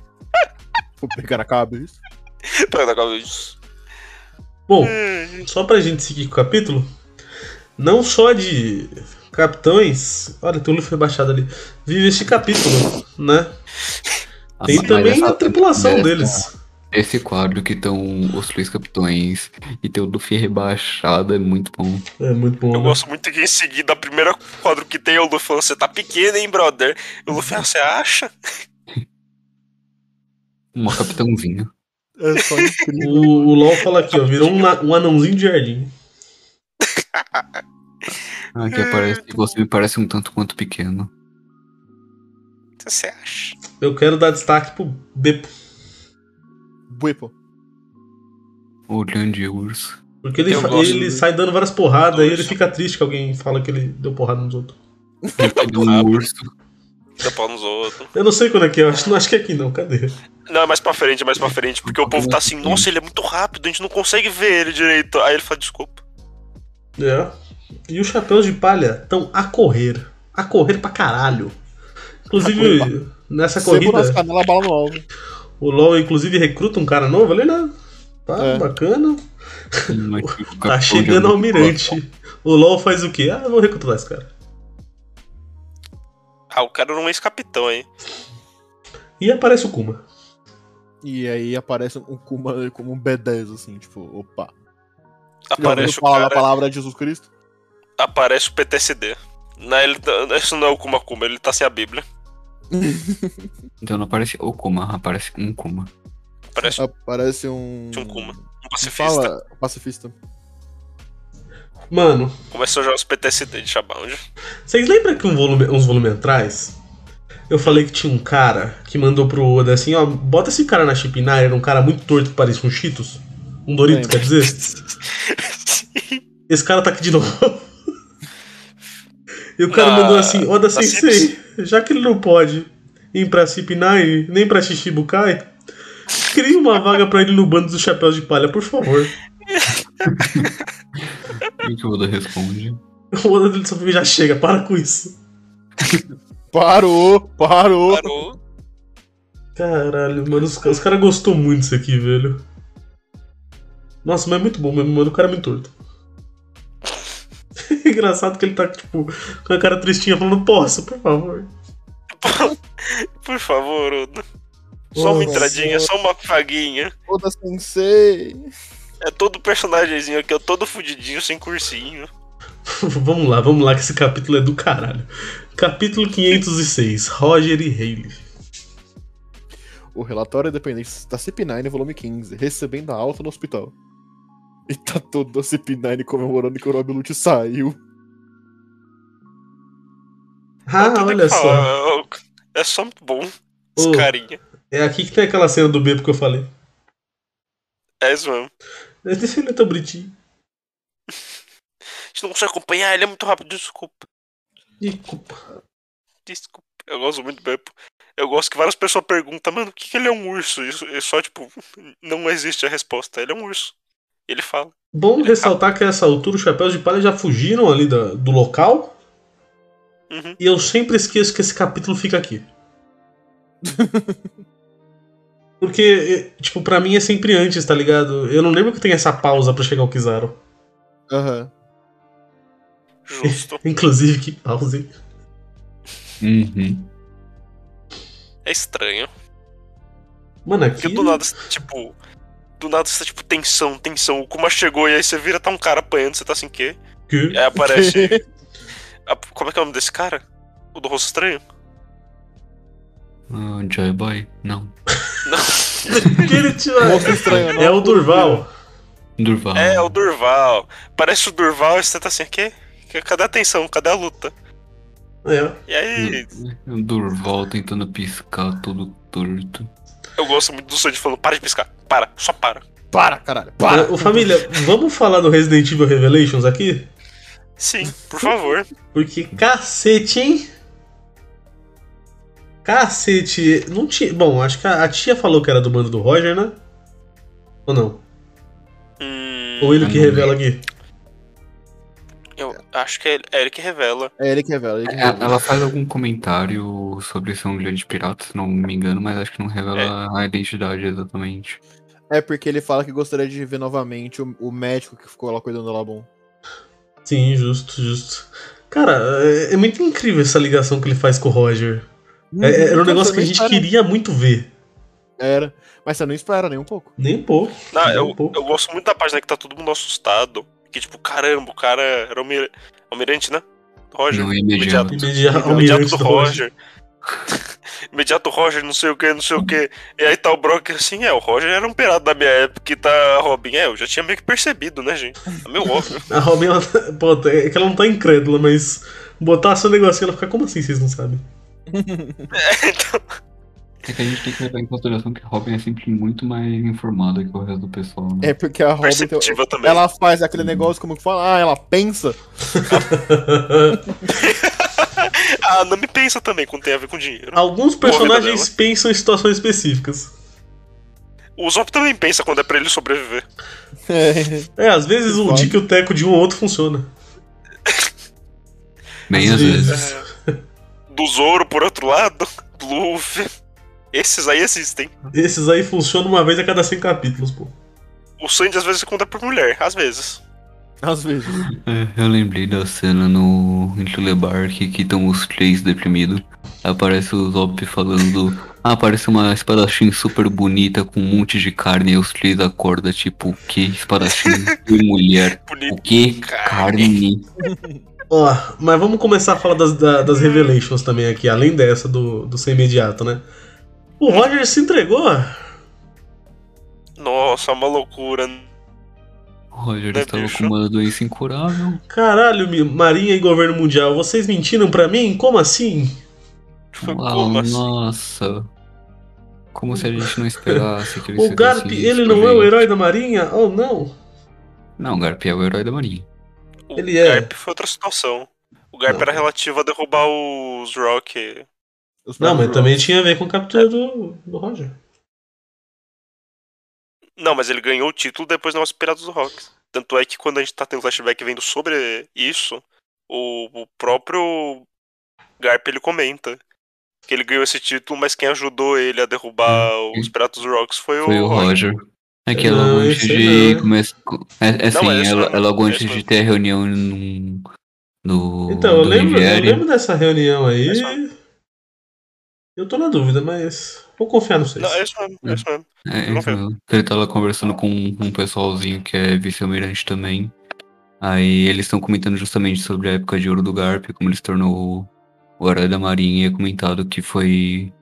Speaker 3: Vou pegar a cabeça.
Speaker 4: Pera, na cabeça. É.
Speaker 2: bom, só pra gente seguir com o capítulo, não só de capitães. Olha, tem o Luffy baixado ali. Vive este capítulo, né? Tem
Speaker 5: Mas
Speaker 2: também
Speaker 5: essa-
Speaker 2: a tripulação
Speaker 5: dessa-
Speaker 2: deles.
Speaker 5: Esse quadro que estão os três capitões e tem o Luffy rebaixado é muito bom.
Speaker 2: É muito bom.
Speaker 4: Eu
Speaker 2: né?
Speaker 4: gosto muito que em seguida, a primeira quadro que tem é o Luffy falando, você tá pequeno, hein, brother? E o Luffy, ah, você acha?
Speaker 5: Uma capitãozinha.
Speaker 3: É só incrível.
Speaker 2: O, o LOL fala aqui, ó. Virou um, na- um anãozinho de jardim.
Speaker 5: Ah, que aparece, que você me parece um tanto quanto pequeno.
Speaker 4: Você acha?
Speaker 2: Eu quero dar destaque pro Beppo,
Speaker 3: Buipo.
Speaker 5: O grande urso.
Speaker 2: porque ele,
Speaker 4: Eu
Speaker 2: fa-
Speaker 4: gosto
Speaker 2: ele
Speaker 4: do-
Speaker 2: sai dando várias porradas e ele
Speaker 4: urso.
Speaker 2: fica triste que alguém fala que ele deu porrada nos outros.
Speaker 5: Ele pegou um urso.
Speaker 4: Dá pau nos outros.
Speaker 2: Eu não sei quando é que é, eu acho, não acho que é aqui não, cadê?
Speaker 4: Não, é mais pra frente, é mais pra frente, porque o povo tá assim, nossa, ele é muito rápido, a gente não consegue ver ele direito. Aí ele fala, desculpa.
Speaker 2: É. E os chapéus de palha estão a correr. A correr pra caralho. Inclusive, nessa
Speaker 3: Sebo nas
Speaker 2: corrida,
Speaker 3: canelas, bala no alvo.
Speaker 2: o LOL inclusive recruta um cara novo ali, né? Tá
Speaker 3: É.
Speaker 2: bacana.
Speaker 5: Uma- um
Speaker 2: Tá
Speaker 5: capitão
Speaker 2: chegando ao
Speaker 5: de-
Speaker 2: mirante. O LOL faz o quê? Ah, eu vou recrutar esse cara.
Speaker 4: Ah, o cara não é ex-capitão, hein?
Speaker 2: E aparece o Kuma.
Speaker 3: E aí aparece um Kuma como um B10, assim, tipo, opa. Já ouviu
Speaker 4: Aparece o
Speaker 3: falar da
Speaker 4: cara,
Speaker 3: palavra de Jesus Cristo?
Speaker 4: aparece o PTSD. Não, ele tá- isso não é o Kuma Kuma, ele tá sem a Bíblia.
Speaker 5: Então não aparece o Kuma, aparece um Kuma.
Speaker 4: Aparece
Speaker 3: Aparece um.
Speaker 4: um Kuma, um
Speaker 3: Como
Speaker 4: pacifista.
Speaker 3: Fala, pacifista.
Speaker 2: Mano,
Speaker 4: Começou a jogar os PTSD de Shabound.
Speaker 2: vocês lembram que um volume- uns volumes atrás eu falei que tinha um cara que mandou pro Oda assim, ó, bota esse cara na Chipinai, era um cara muito torto que parecia um Cheetos, um Doritos,
Speaker 3: Lembro.
Speaker 2: quer dizer? Esse cara tá aqui de novo. E o cara
Speaker 4: Na-
Speaker 2: mandou assim, Oda
Speaker 4: na
Speaker 2: Sensei, já que ele não pode ir pra Chipinai, nem pra Shishibukai, cria uma vaga pra ele no bando dos chapéus de palha, por favor.
Speaker 5: E é que o Oda responde.
Speaker 2: O Oda dele só fica, já chega, para com isso.
Speaker 3: Parou, parou.
Speaker 4: Parou.
Speaker 2: Caralho, mano, os, ca- os caras gostou muito disso aqui, velho. Nossa, mas é muito bom mesmo, mano. O cara é muito torto. Engraçado que ele tá, tipo, com a cara tristinha falando, posso, por favor.
Speaker 4: Por favor, Oda. Só uma
Speaker 2: Nossa.
Speaker 4: entradinha, só uma vaguinha.
Speaker 3: Oda Sensei.
Speaker 4: É todo personagemzinho aqui, é todo fudidinho, sem cursinho.
Speaker 2: vamos lá, vamos lá, que esse capítulo é do caralho. Capítulo 506, Roger e Haley.
Speaker 3: O relatório independente da CP9, volume 15, recebendo a alta no hospital. E tá todo a CP9 comemorando que o Rob Lute saiu.
Speaker 4: Não
Speaker 2: Ah,
Speaker 4: tem o que
Speaker 2: olha só.
Speaker 4: falar, É é só muito bom. Esse
Speaker 2: Ô.
Speaker 4: carinha.
Speaker 2: É aqui que tem aquela cena do Bebo que eu falei.
Speaker 4: É isso mesmo.
Speaker 2: Deixa ele é tão bonitinho.
Speaker 4: A gente não consegue acompanhar, ele é muito rápido. Desculpa.
Speaker 2: Ih, culpa.
Speaker 4: Desculpa. Eu gosto muito do Beppo. Eu gosto que várias pessoas perguntam, mano, o que, que ele é um urso? Isso é só, tipo, não existe a resposta. Ele é um urso. Ele fala.
Speaker 2: Bom ressaltar que a essa altura os chapéus de palha já fugiram ali da- do local.
Speaker 4: Uhum.
Speaker 2: E eu sempre esqueço que esse capítulo fica aqui. Porque, eh, tipo, pra mim é sempre antes, tá ligado? Eu não lembro que tem essa pausa pra chegar ao Kizaru.
Speaker 3: Aham.
Speaker 4: Justo.
Speaker 2: Inclusive, que pausa, hein?
Speaker 5: Uhum.
Speaker 4: É estranho.
Speaker 2: Mano, aqui.
Speaker 4: Porque do nada, você tá, tipo. Do nada você tá tipo tensão, tensão. O Kuma chegou e aí você vira, tá um cara apanhando, você tá assim, quê?
Speaker 2: que-
Speaker 4: E aí aparece. a- como é que é o nome desse cara? O do rosto estranho?
Speaker 5: Ah, Joy Boy? Não.
Speaker 2: que ele te-
Speaker 3: Monstro estranho, né? não.
Speaker 2: É o Durval.
Speaker 5: Durval.
Speaker 4: É, o Durval. Parece o Durval e você tá assim, quê? Que- Cadê a tensão? Cadê a luta?
Speaker 2: É.
Speaker 4: E aí,
Speaker 5: O Durval tentando piscar todo torto.
Speaker 4: eu gosto muito do Sandy falando, para de piscar, para, só para.
Speaker 3: Para, caralho. Para.
Speaker 2: Ô, família, vamos falar do Resident Evil Revelations aqui?
Speaker 4: Sim, por favor.
Speaker 2: Porque cacete, hein? Cacete. Não tinha. Bom, acho que a, a tia falou que era do mando do Roger, né? Ou não?
Speaker 4: Hum,
Speaker 2: Ou ele que
Speaker 5: Hum.
Speaker 2: revela aqui?
Speaker 4: eu acho que é ele, é ele que revela.
Speaker 3: É ele que é velho. Ele que é
Speaker 5: Ela
Speaker 3: velho.
Speaker 5: ela faz algum comentário sobre ser um grande pirata, se não me engano, mas acho que não revela a identidade exatamente.
Speaker 3: É porque ele fala que gostaria de ver novamente o, o médico que ficou lá cuidando do Labum.
Speaker 2: Sim, justo, justo. Cara, é, é muito incrível essa ligação que ele faz com o Roger. É- é- era um negócio que a gente queria muito ver.
Speaker 3: Era. Mas você não espera nem um pouco.
Speaker 2: Nem um pouco.
Speaker 4: Não,
Speaker 2: nem
Speaker 4: eu,
Speaker 2: um pouco.
Speaker 4: eu gosto muito da página que tá todo mundo assustado. Que tipo, caramba, o cara era o almir- almirante, né? Roger.
Speaker 5: Não é
Speaker 2: Imediato,
Speaker 5: imediato.
Speaker 4: Tá, Imediato
Speaker 2: almirante
Speaker 4: do Roger. Imediato Roger, não sei o que, não sei o que. E aí tá o Brock assim, é, o Roger era um pirata da minha época e tá a Robin. É, eu já tinha meio que percebido, né, gente? É meio óbvio.
Speaker 2: A Robin, ela, pô, é que ela não tá incrédula, mas botar seu negocinho, ela fica, como assim vocês não sabem?
Speaker 4: Então,
Speaker 5: É que a gente tem que levar em consideração que Robin é sempre muito mais informada que o resto do pessoal, né?
Speaker 3: É porque a Robin. tem-
Speaker 4: perceptiva também.
Speaker 3: Ela faz aquele negócio como que fala, ah, ela pensa.
Speaker 4: Ah, não me pensa também quando tem a ver com dinheiro.
Speaker 2: Alguns
Speaker 4: Morrendo
Speaker 2: personagens
Speaker 4: dela.
Speaker 2: pensam em situações específicas.
Speaker 4: O Zop também pensa quando é pra ele sobreviver.
Speaker 2: É, às vezes um
Speaker 3: Foda.
Speaker 2: dica e o teco de um ou outro funciona.
Speaker 5: Bem às vezes.
Speaker 4: Do Zoro, por outro lado, do Luffy. Esses aí existem.
Speaker 2: Esses aí funcionam uma vez a cada 100 capítulos, pô.
Speaker 4: O Sandy às vezes conta por mulher, às vezes.
Speaker 3: Às vezes.
Speaker 5: É, Eu lembrei da cena no em Thriller Bark que estão os três deprimidos. Aparece o Zop falando. Ah, parece uma espadachim super bonita com um monte de carne. E os três acordam, tipo, o que? Espadachim e mulher. O
Speaker 4: Bonito.
Speaker 5: que? Carne.
Speaker 2: Ó, mas vamos começar a falar das, da- das revelations também aqui, além dessa do, do ser imediato, né? O Roger se entregou.
Speaker 4: Nossa, uma loucura.
Speaker 5: O Roger
Speaker 2: Tá
Speaker 4: Né,
Speaker 5: estava
Speaker 4: bicho?
Speaker 5: com uma doença incurável.
Speaker 2: Caralho, mi- Marinha e governo mundial, vocês mentiram pra mim? Como assim?
Speaker 4: Como assim?
Speaker 5: Uau, Ah, nossa. Como se a gente não esperasse que ele
Speaker 2: O
Speaker 5: fizesse
Speaker 2: Garp,
Speaker 5: isso
Speaker 2: ele
Speaker 5: pra
Speaker 2: não é o
Speaker 5: gente.
Speaker 2: herói da Marinha? Oh, não.
Speaker 5: Não, o Garp é o herói da marinha.
Speaker 4: O
Speaker 2: Ele é.
Speaker 4: Garp foi outra situação. O Garp
Speaker 2: Não.
Speaker 4: era relativo a derrubar os Rock.
Speaker 3: Os
Speaker 2: Não, mas
Speaker 3: próprios
Speaker 2: também tinha a ver com a captura do, do Roger.
Speaker 4: Não, mas ele ganhou o título depois dos Piratas do Rock. Tanto é que quando a gente tá tendo flashback vendo sobre isso, o, o próprio Garp ele comenta que ele ganhou esse título, mas quem ajudou ele a derrubar os Piratas do Rocks foi,
Speaker 5: Foi o
Speaker 4: Rock.
Speaker 5: Roger. É que é
Speaker 2: Não,
Speaker 5: logo antes
Speaker 2: esse
Speaker 5: de
Speaker 2: não.
Speaker 5: começar. É, é assim,
Speaker 4: Não, mas esse
Speaker 5: é, lo-
Speaker 4: não.
Speaker 5: é logo antes
Speaker 4: Esse
Speaker 5: de
Speaker 4: não.
Speaker 5: ter a reunião num, no.
Speaker 2: Então, eu
Speaker 5: do
Speaker 2: lembro, eu
Speaker 5: Rivieri.
Speaker 2: lembro dessa reunião aí.
Speaker 4: É só.
Speaker 2: Eu tô na dúvida, mas vou confiar no vocês.
Speaker 4: Não, é isso mesmo, é isso mesmo.
Speaker 5: É,
Speaker 4: não
Speaker 5: isso
Speaker 4: foi.
Speaker 5: mesmo. Ele tava conversando com um um pessoalzinho que é vice-almirante também. Aí eles estão comentando justamente sobre a época de ouro do Garp, como ele se tornou o herói da marinha. E é comentado que foi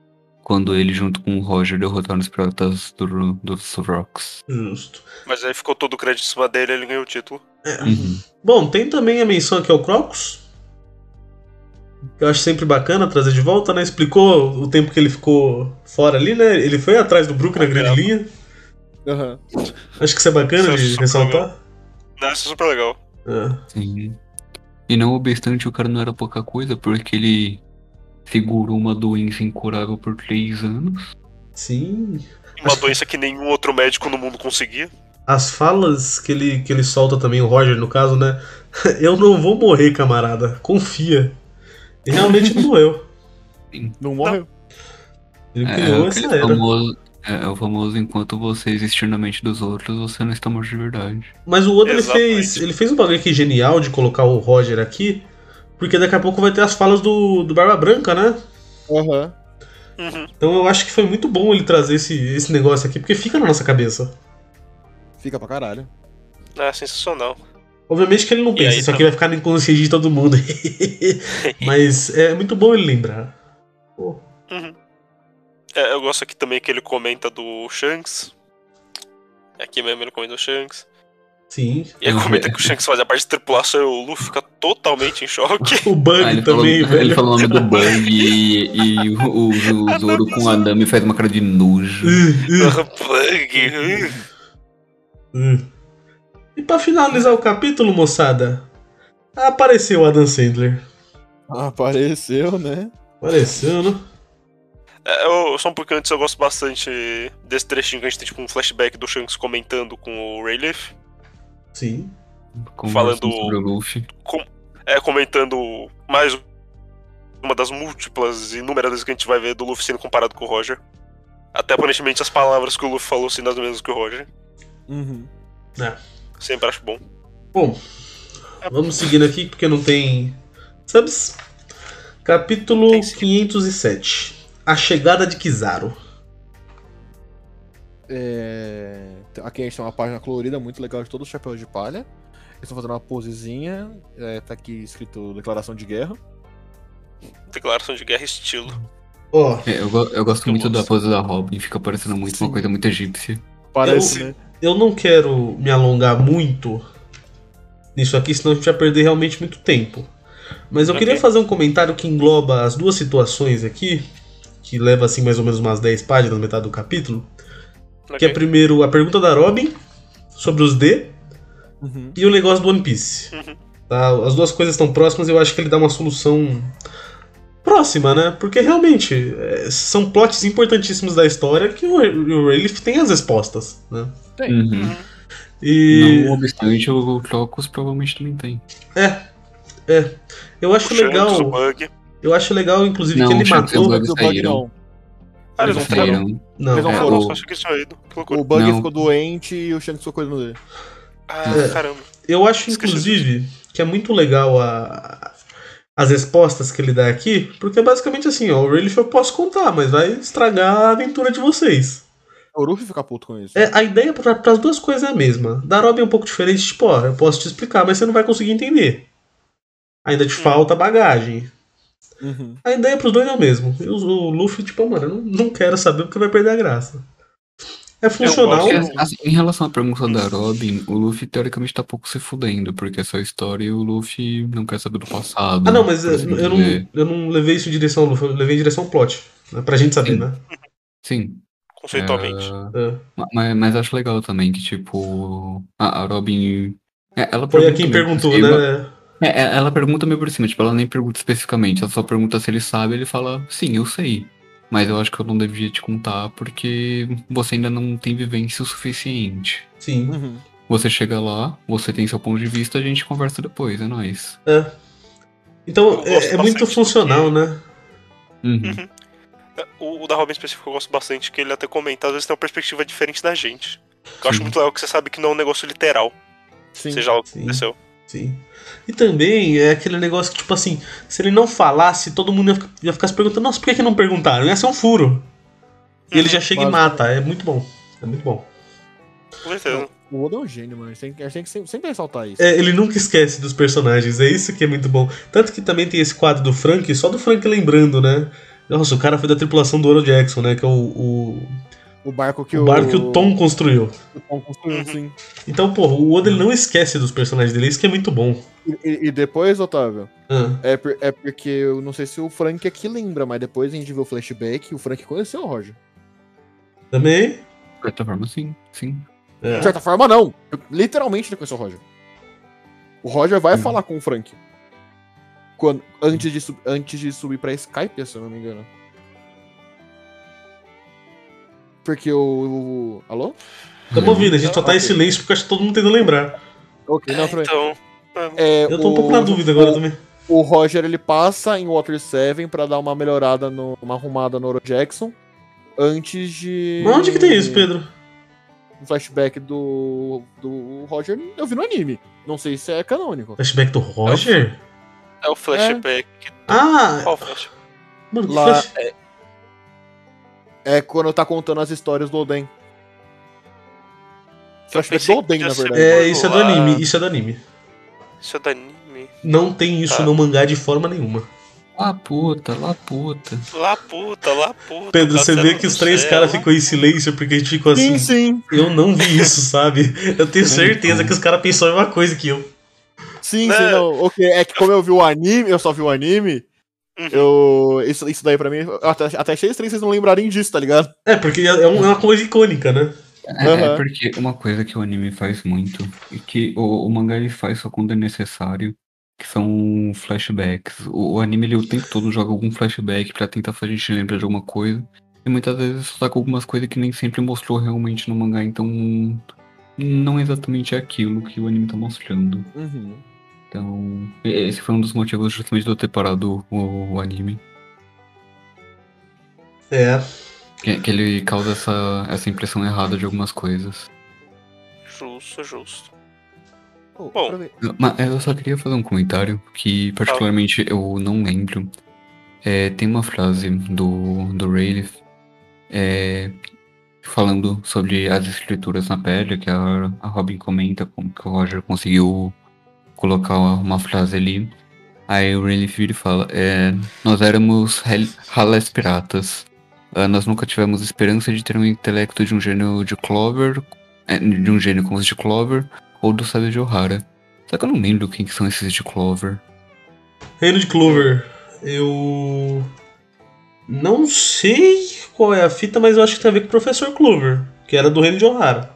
Speaker 5: quando ele, junto com o Roger, derrotaram os piratas do, dos Rocks.
Speaker 2: Justo.
Speaker 4: Mas aí ficou todo o crédito em cima dele, ele ganhou o título.
Speaker 2: É.
Speaker 5: Uhum.
Speaker 2: Bom, tem também a menção aqui ao Crocus. Que eu acho sempre bacana trazer de volta, né? Explicou o tempo que ele ficou fora ali, né? Ele foi atrás do Brook na grande linha.
Speaker 3: Aham.
Speaker 2: Acho que isso é bacana
Speaker 4: Isso é
Speaker 2: de
Speaker 4: super
Speaker 2: ressaltar.
Speaker 4: Não, isso é super legal.
Speaker 2: É.
Speaker 5: Sim. E não obstante, o cara não era pouca coisa, porque ele segurou uma doença incurável por três anos.
Speaker 2: Sim.
Speaker 4: Uma doença que nenhum outro médico no mundo conseguia.
Speaker 2: As falas que ele, que ele solta também, o Roger no caso, né? Eu não vou morrer, camarada. Confia. E realmente não morreu.
Speaker 3: Não morreu.
Speaker 2: Ele
Speaker 5: É,
Speaker 2: criou
Speaker 5: é
Speaker 2: essa
Speaker 5: aquele
Speaker 2: era.
Speaker 5: famoso, é, é o famoso enquanto você existir na mente dos outros, você não está morto de verdade.
Speaker 2: Mas o Oda ele
Speaker 4: Exatamente.
Speaker 2: fez, ele fez um bagulho aqui genial de colocar o Roger aqui, porque daqui a pouco vai ter as falas do, do Barba Branca, né?
Speaker 3: Aham.
Speaker 4: Uhum.
Speaker 2: Então eu acho que foi muito bom ele trazer esse, esse negócio aqui, porque fica na nossa cabeça.
Speaker 3: Fica pra caralho.
Speaker 4: Ah, sensacional.
Speaker 2: Obviamente que ele não
Speaker 4: E
Speaker 2: pensa,
Speaker 4: aí tá
Speaker 2: isso aqui
Speaker 4: também.
Speaker 2: vai ficar no inconsciente de todo mundo. Mas é muito bom ele lembrar.
Speaker 4: Uhum. É, eu gosto aqui também que ele comenta do Shanks. Aqui mesmo ele comenta do Shanks.
Speaker 2: Sim.
Speaker 4: E ele
Speaker 5: Eu-
Speaker 4: comenta que o Shanks faz a parte de tripulação e o Lu fica totalmente em choque.
Speaker 2: O Bug
Speaker 5: Ah, ele,
Speaker 2: também,
Speaker 5: falou,
Speaker 2: velho.
Speaker 5: ele falou o nome do Bug e, e o, o, o Zoro com a Nami faz uma cara de nojo.
Speaker 2: Uh,
Speaker 4: Bug. uh.
Speaker 2: Hum. E pra finalizar o capítulo, moçada, apareceu o Adam Sandler.
Speaker 3: Apareceu, né?
Speaker 2: Apareceu, né?
Speaker 4: É, eu- só um pouquinho antes, eu gosto bastante desse trechinho que a gente tem, tipo, um flashback do Shanks comentando com o Rayleigh.
Speaker 2: Sim.
Speaker 5: Conversando
Speaker 4: Falando-
Speaker 5: sobre o um Luffy.
Speaker 4: É, comentando mais uma das múltiplas e inúmeras vezes que a gente vai ver do Luffy sendo comparado com o Roger. Até aparentemente as palavras que o Luffy falou sendo as mesmas que o Roger.
Speaker 3: Uhum.
Speaker 4: Sempre acho bom.
Speaker 2: Bom, vamos seguindo aqui porque não tem subs. Capítulo
Speaker 4: Tem sim.
Speaker 2: 507. A chegada de Kizaru.
Speaker 3: É... Aqui a gente tem uma página colorida muito legal de todos os chapéus de palha. Eles estão fazendo uma posezinha. É, tá aqui escrito declaração de guerra.
Speaker 4: Declaração de guerra estilo.
Speaker 2: Ó,
Speaker 5: É, eu, go- eu gosto
Speaker 4: Eu
Speaker 5: muito da
Speaker 4: gosto.
Speaker 5: pose da Robin, fica parecendo muito
Speaker 3: Sim.
Speaker 5: uma coisa muito egípcia.
Speaker 3: Parece,
Speaker 4: Eu-
Speaker 3: né?
Speaker 2: eu não quero me alongar muito nisso aqui, senão a gente vai perder realmente muito tempo. Mas eu
Speaker 4: Ok.
Speaker 2: queria fazer um comentário que engloba as duas situações aqui, que leva assim mais ou menos umas 10 páginas, metade do capítulo. Que é
Speaker 4: Ok.
Speaker 2: primeiro a pergunta da Robin sobre os D
Speaker 3: Uhum.
Speaker 2: e o negócio do One Piece.
Speaker 4: Uhum.
Speaker 2: Tá? As duas coisas estão próximas e eu acho que ele dá uma solução próxima, né? Porque realmente é, são plots importantíssimos da história que o, o Rayleigh tem as respostas, né?
Speaker 5: Uhum.
Speaker 2: E.
Speaker 5: Não obstante, o Crocus provavelmente também tem.
Speaker 2: É. É. Eu acho
Speaker 4: O Shanks, o
Speaker 2: legal.
Speaker 4: Bug.
Speaker 2: Eu acho legal, inclusive,
Speaker 5: Não,
Speaker 2: que ele
Speaker 5: o Shanks
Speaker 2: matou.
Speaker 5: é um
Speaker 3: Mas o bug
Speaker 5: saíram.
Speaker 3: não.
Speaker 4: Ah, eles não foram.
Speaker 5: saíram.
Speaker 2: Não.
Speaker 3: Eles não
Speaker 5: é,
Speaker 3: foram.
Speaker 5: o-
Speaker 4: Nossa, achei que eles tinham ido. Que loucura.
Speaker 3: O Bug
Speaker 5: Não.
Speaker 3: ficou doente e o Shanks ficou cuidando dele.
Speaker 4: Ah,
Speaker 2: É.
Speaker 4: caramba.
Speaker 2: Eu acho,
Speaker 4: Esqueci
Speaker 2: inclusive, que é muito legal a- as respostas que ele dá aqui, porque é basicamente assim, ó, o Rayleigh eu posso contar, mas vai estragar a aventura de vocês.
Speaker 3: O Ruffy fica puto com isso.
Speaker 2: É, a ideia para as duas coisas é a mesma. Da Robin é um pouco diferente, tipo, ó, eu posso te explicar, mas você não vai conseguir entender. Ainda
Speaker 4: Hum.
Speaker 2: te falta bagagem.
Speaker 3: Uhum.
Speaker 2: A ideia pros dois é o mesmo. E o, o Luffy, tipo, mano, eu não, não quero saber porque vai perder a graça. É funcional.
Speaker 4: gosto.
Speaker 5: É, assim, em relação à pergunta da Robin, o Luffy teoricamente tá pouco se fudendo, porque é só história e o Luffy não quer saber do passado.
Speaker 2: Ah, não, mas
Speaker 5: por
Speaker 2: eu,
Speaker 5: assim
Speaker 2: eu não,
Speaker 5: dizer.
Speaker 2: eu não levei isso em direção ao Luffy, eu levei em direção ao plot. Né, pra gente saber,
Speaker 5: Sim.
Speaker 2: né?
Speaker 5: Sim.
Speaker 4: Conceitualmente.
Speaker 5: é,
Speaker 2: É.
Speaker 5: ma- mas, mas acho legal também que, tipo, a, a Robin. é, ela
Speaker 2: Foi a
Speaker 5: pergunta
Speaker 2: quem
Speaker 5: meio por
Speaker 2: perguntou,
Speaker 5: cima-
Speaker 2: né?
Speaker 5: É, é, ela pergunta meio por cima, tipo, ela nem pergunta especificamente, ela só pergunta se ele sabe, ele fala, sim, eu sei. Mas eu acho que eu não devia te contar porque você ainda não tem vivência o suficiente.
Speaker 2: Sim.
Speaker 3: Uhum.
Speaker 5: Você chega lá, você tem seu ponto de vista, a gente conversa depois, é nóis.
Speaker 2: É.
Speaker 4: Eu
Speaker 2: Então,
Speaker 4: gosto
Speaker 2: é, é muito
Speaker 4: bastante
Speaker 2: funcional, né?
Speaker 5: Uhum.
Speaker 4: O, o da Robin em específico eu gosto bastante, que ele até comenta, às vezes tem uma perspectiva diferente da gente. Eu acho
Speaker 5: Sim.
Speaker 4: muito legal que você sabe que não é um negócio literal,
Speaker 3: Sim.
Speaker 4: seja algo que
Speaker 2: Sim.
Speaker 4: aconteceu.
Speaker 2: Sim. E também é aquele negócio que, tipo assim, se ele não falasse, todo mundo ia, ficar- ia ficar se perguntando, nossa, por que, que não perguntaram? Ia ser um furo. E
Speaker 4: Uhum.
Speaker 2: ele já chega e
Speaker 3: Quase.
Speaker 2: mata. É muito bom. É muito bom.
Speaker 4: Com certeza.
Speaker 3: O Oda é um gênio, mano. A gente tem, que- a gente tem que sempre, sempre ressaltar isso.
Speaker 2: É, ele nunca esquece dos personagens, é isso que é muito bom. Tanto que também tem esse quadro do Frank, só do Frank lembrando, né? Nossa, o cara foi da tripulação do Oro Jackson, né? Que é o, o,
Speaker 3: O barco que
Speaker 2: o barco que o Tom construiu.
Speaker 3: o Tom construiu,
Speaker 4: Uhum.
Speaker 3: sim.
Speaker 2: Então, porra, o Oda ele não esquece dos personagens dele, isso que é muito bom.
Speaker 3: E- E, e depois, Otávio,
Speaker 2: Ah,
Speaker 3: é, por- é porque eu não sei se o Frank aqui lembra, mas depois a gente vê o flashback, o Frank conheceu o Roger.
Speaker 2: também.
Speaker 5: De certa forma, sim, sim.
Speaker 2: É.
Speaker 3: De certa forma, não. Literalmente ele conheceu o Roger. O Roger vai
Speaker 5: Hum.
Speaker 2: Uhum.
Speaker 3: falar com o Frank. Quando, antes, de, sub- antes de subir pra Skype, se eu não me engano. Porque o. o- alô?
Speaker 2: Tamo ouvindo, a gente só tá em
Speaker 3: Ok.
Speaker 2: silêncio porque acho que todo mundo tentando tá lembrar.
Speaker 3: Ok, não,
Speaker 4: É,
Speaker 3: tudo bem.
Speaker 4: então,
Speaker 3: É,
Speaker 2: Eu tô um pouco na
Speaker 3: o-
Speaker 2: dúvida agora também.
Speaker 3: O Roger ele passa em Water 7 pra dar uma melhorada, no, uma arrumada no Oro Jackson. Antes de.
Speaker 2: Mas onde que tem isso, Pedro?
Speaker 3: Um flashback do, do Roger, eu vi no anime. Não sei se é canônico.
Speaker 2: Flashback do Roger?
Speaker 4: É o flashback.
Speaker 2: Ah!
Speaker 4: Qual flashback?
Speaker 2: Mano, que
Speaker 3: Lá
Speaker 2: flash...
Speaker 3: é, é quando tá contando as histórias do Oden. Flashback
Speaker 4: pensei
Speaker 3: do Oden,
Speaker 4: que
Speaker 3: na
Speaker 4: podia ser-
Speaker 3: verdade.
Speaker 2: É, isso é do
Speaker 4: Ah.
Speaker 2: anime, isso é do anime.
Speaker 4: Isso é do anime.
Speaker 2: Não tem isso
Speaker 4: Tá.
Speaker 2: no mangá de forma nenhuma.
Speaker 5: Lá Ah, puta, lá puta.
Speaker 4: Lá puta, lá puta.
Speaker 2: Pedro,
Speaker 4: tá
Speaker 2: você vê
Speaker 4: saindo
Speaker 2: que os
Speaker 4: do
Speaker 2: três
Speaker 4: céu.
Speaker 2: caras ficam em silêncio porque a gente ficou assim.
Speaker 3: Sim, sim.
Speaker 2: Eu não vi isso, sabe? Eu tenho certeza que os caras pensaram a mesma coisa que eu.
Speaker 3: Sim,
Speaker 4: Né?
Speaker 3: sim, não. Ok, é que como eu vi o anime, eu só vi o anime,
Speaker 4: Uhum.
Speaker 3: eu. Isso, isso daí pra mim. eu Até, até achei estranho vocês não lembrarem disso, tá ligado?
Speaker 2: É, porque é é uma coisa icônica, né?
Speaker 5: É, é
Speaker 3: Aham.
Speaker 5: porque uma coisa que o anime faz muito, e que o, o mangá ele faz só quando é necessário, que são flashbacks. O, o anime ele o tempo todo joga algum flashback pra tentar fazer a gente lembrar de alguma coisa. E muitas vezes só tá com algumas coisas que nem sempre mostrou realmente no mangá, então não é exatamente aquilo que o anime tá mostrando.
Speaker 3: Uhum.
Speaker 5: Então, e- esse foi um dos motivos justamente de eu ter parado o, o anime.
Speaker 2: É.
Speaker 5: Que, que ele causa essa, essa impressão errada de algumas coisas.
Speaker 4: Justo, justo.
Speaker 3: Oh,
Speaker 4: Bom.
Speaker 3: pra ver.
Speaker 5: Mas eu só queria fazer um comentário que particularmente eu não lembro. É, tem uma frase do, do Rayleigh é, falando sobre as escrituras na pedra, que a, a Robin comenta como que o Roger conseguiu colocar uma frase ali. Aí o Rayleigh vira e fala, é, nós éramos hel- ralés piratas. Ah, nós nunca tivemos esperança de ter um intelecto de um gênio de Clover, é, de um gênio como os de Clover, ou do sábio de O'Hara. Só que eu não lembro quem que são esses de Clover.
Speaker 2: Reino de Clover. Eu. Não sei qual é a fita, mas eu acho que tem a ver com o Professor Clover, que era do Reino de Ohara.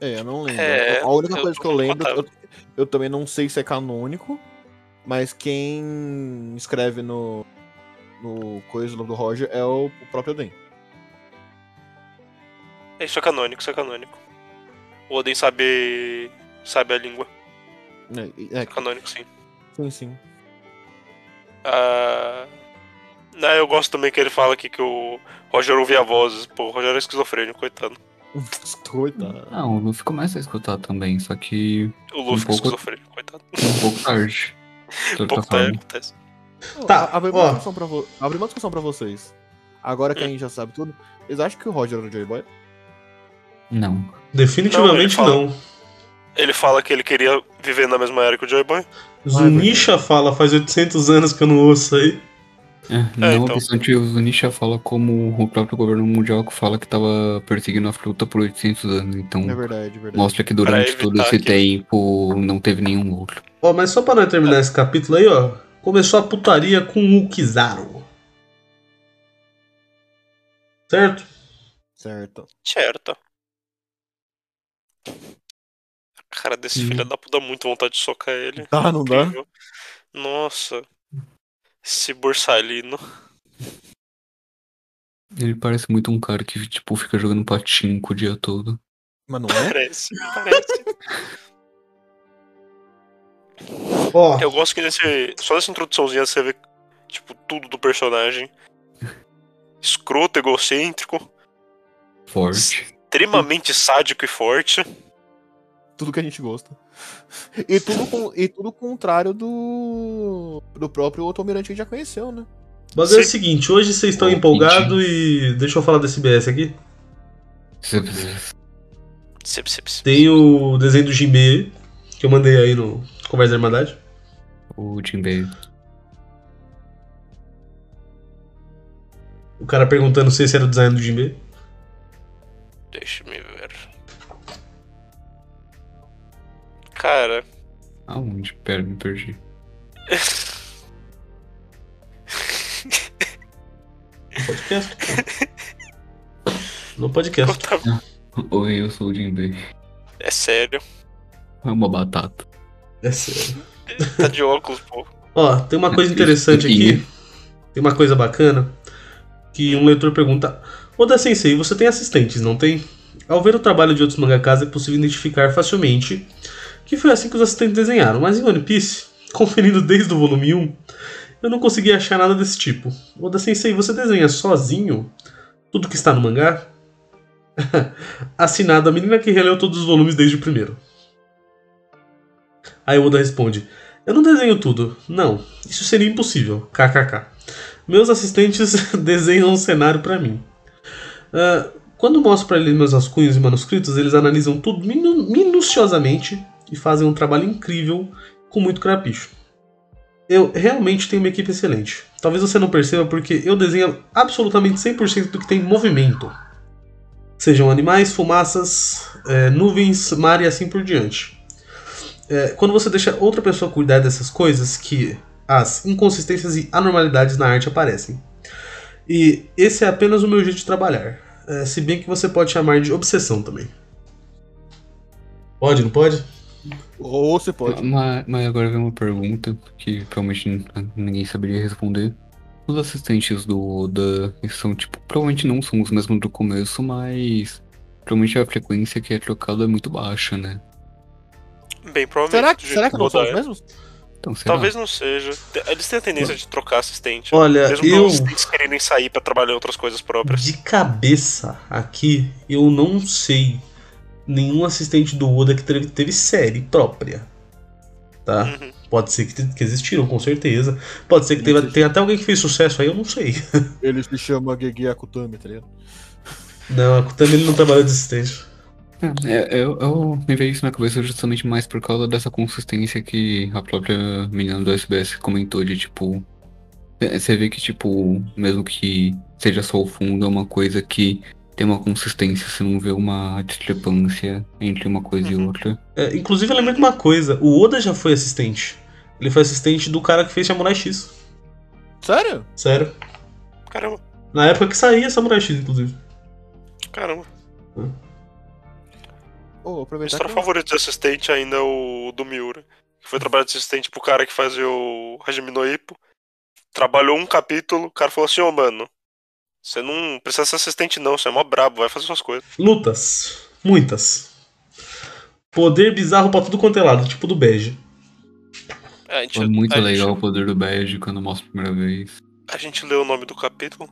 Speaker 3: É, eu não lembro.
Speaker 4: É,
Speaker 3: a única
Speaker 4: eu
Speaker 3: coisa que eu
Speaker 4: tô
Speaker 3: lembro, eu,
Speaker 4: confortável.
Speaker 3: eu também não sei se é canônico, mas quem escreve no. No coisa do Roger é o, o próprio Oden.
Speaker 4: É, Isso é canônico, isso é canônico. O Oden sabe. sabe a língua.
Speaker 3: É, é,
Speaker 4: Canônico, sim.
Speaker 3: sim, sim.
Speaker 4: Ah, não, eu gosto também que ele fala aqui que o Roger ouvia vozes. Pô, o Roger é esquizofrênico, coitado.
Speaker 3: Coitado.
Speaker 5: Não, o Luffy começa a escutar também, só que
Speaker 4: O
Speaker 3: Um
Speaker 4: Luffy que é
Speaker 5: pouco-
Speaker 4: esquizofrênico, coitado.
Speaker 5: um pouco tarde. Então,
Speaker 4: Pouco
Speaker 5: tá
Speaker 4: tempo
Speaker 5: falando.
Speaker 4: acontece.
Speaker 2: Tá,
Speaker 3: A- Abri
Speaker 2: ó.
Speaker 3: uma, discussão pra vo... abri uma discussão pra vocês. Agora
Speaker 4: Hum.
Speaker 3: que a gente já sabe tudo, vocês acham que o Roger era o Joy Boy?
Speaker 5: Não.
Speaker 4: Não, ele
Speaker 2: Definitivamente
Speaker 4: fala-
Speaker 2: não.
Speaker 4: Ele fala que ele queria viver na mesma era que o Joy Boy.
Speaker 2: Zunisha fala, faz 800 anos que eu não ouço aí.
Speaker 5: É, não
Speaker 4: então.
Speaker 5: obstante, o Zunisha fala como o próprio governo mundial que fala que tava perseguindo a fruta por 800 anos. Então,
Speaker 3: É verdade, é verdade.
Speaker 5: mostra que durante
Speaker 4: Pra
Speaker 5: todo
Speaker 4: evitar que-
Speaker 5: esse tempo não teve nenhum outro.
Speaker 2: Ó, mas só pra nós terminar esse capítulo aí, ó. Começou a putaria com o Kizaru. Certo?
Speaker 3: Certo.
Speaker 4: Certo. Cara, desse
Speaker 5: Hum.
Speaker 4: filho da puta dá muito vontade de socar ele.
Speaker 3: Tá, não Uhum. dá?
Speaker 4: Incrível. Nossa. Esse borsalino.
Speaker 5: Ele parece muito um cara que, tipo, fica jogando patinco o dia todo.
Speaker 3: Mas não é?
Speaker 4: Parece, parece.
Speaker 2: Ó,
Speaker 4: Eu gosto que nesse. Só nessa introduçãozinha você vê, tipo, tudo do personagem. Escroto, egocêntrico,
Speaker 5: Forte.
Speaker 4: extremamente sádico e forte.
Speaker 3: Tudo que a gente gosta. E tudo, com, e tudo contrário do. do próprio outro almirante que a gente já conheceu, né?
Speaker 2: mas é o
Speaker 4: Sim.
Speaker 2: seguinte, hoje vocês estão
Speaker 5: Ó,
Speaker 2: empolgados e. Deixa eu falar desse BS aqui.
Speaker 4: Sip, sip, sip.
Speaker 2: Tem o desenho do Jinbei aí, que eu mandei aí no Conversa da Irmandade.
Speaker 5: O Jinbei.
Speaker 2: O cara perguntando se esse era o design do Jinbei.
Speaker 4: Deixa me ver. Cara,
Speaker 5: Aonde? Pera, me perdi.
Speaker 2: No podcast. no podcast.
Speaker 4: conta-
Speaker 5: Oi, eu sou o Jinbei.
Speaker 4: é sério.
Speaker 5: É uma batata.
Speaker 2: É sério.
Speaker 4: Tá de óculos, pô.
Speaker 2: Ó, tem uma coisa interessante aqui. Tem uma coisa bacana. Que um leitor pergunta: Oda Sensei, você tem assistentes, não tem? Ao ver o trabalho de outros mangakas, é possível identificar facilmente que foi assim que os assistentes desenharam, mas em One Piece conferindo desde o volume 1, eu não consegui achar nada desse tipo. Oda Sensei, você desenha sozinho tudo que está no mangá? Assinado a menina que releu todos os volumes desde o primeiro. Aí Oda responde: Eu não desenho tudo. Não, isso seria impossível. KKK. Meus assistentes desenham um cenário para mim. Ah, quando mostro para eles meus rascunhos e manuscritos, eles analisam tudo minu- minuciosamente e fazem um trabalho incrível com muito crapicho. Eu realmente tenho uma equipe excelente. Talvez você não perceba porque eu desenho absolutamente 100% do que tem em movimento. Sejam animais, fumaças, eh, nuvens, mar e assim por diante. Eh, quando você deixa outra pessoa cuidar dessas coisas, que as inconsistências e anormalidades na arte aparecem. E esse é apenas o meu jeito de trabalhar. Eh, se bem que você pode chamar de obsessão também. Pode, não pode?
Speaker 3: Ou você pode.
Speaker 5: Tá, Mas, mas agora vem uma pergunta que provavelmente n- ninguém saberia responder. Os assistentes do Oda eles são, tipo, provavelmente não são os mesmos do começo, mas provavelmente a frequência que é trocada é muito baixa, né?
Speaker 4: Bem, provavelmente.
Speaker 3: Será,
Speaker 4: do
Speaker 3: que-
Speaker 4: jeito
Speaker 3: será que não
Speaker 4: Oda
Speaker 3: são os
Speaker 4: é.
Speaker 3: mesmos?
Speaker 5: Então, será?
Speaker 4: Talvez não seja. Te- Eles têm a tendência de trocar assistente. né?
Speaker 2: Olha,
Speaker 4: mesmo
Speaker 2: eu.
Speaker 4: os assistentes quererem sair pra trabalhar em outras coisas próprias.
Speaker 2: De cabeça aqui, eu não sei nenhum assistente do Oda que teve, teve série própria. Tá?
Speaker 4: Uhum.
Speaker 2: Pode ser que, te- que existiram, com certeza. Pode ser que teve,
Speaker 3: Existe.
Speaker 2: tem até alguém que fez sucesso aí, eu não sei.
Speaker 3: Ele se chama Gege Akutami, tá ligado?
Speaker 2: Não, a Kutami ele não trabalhou de assistente.
Speaker 5: É, é, eu, eu me veio isso na cabeça justamente mais por causa dessa consistência que a própria menina do SBS comentou de tipo. é, Você vê que, tipo, mesmo que seja só o fundo, é uma coisa que tem uma consistência, você não vê uma discrepância entre uma coisa e
Speaker 4: Uhum.
Speaker 5: outra.
Speaker 2: É, inclusive, eu lembrei de uma coisa: o Oda já foi assistente. Ele foi assistente do cara que fez Samurai X.
Speaker 3: Sério?
Speaker 2: Sério.
Speaker 4: Caramba,
Speaker 2: Na época que saía Samurai X, inclusive.
Speaker 4: caramba.
Speaker 3: Ô,
Speaker 4: Minha
Speaker 3: aproveitar
Speaker 4: história
Speaker 3: que eu-
Speaker 4: favorita de assistente ainda é o do Miura. Que foi trabalhar de assistente pro cara que fazia o Hajime no Ippo. Trabalhou um capítulo, o cara falou assim, ô mano, você não precisa ser assistente não, você é mó brabo, vai fazer suas coisas.
Speaker 2: Lutas. Muitas. Poder bizarro pra tudo quanto é lado, tipo do Bege.
Speaker 4: É, a gente,
Speaker 5: Foi muito
Speaker 4: a gente-
Speaker 5: legal o poder do Bege quando mostra a primeira vez.
Speaker 4: a gente leu o nome do capítulo.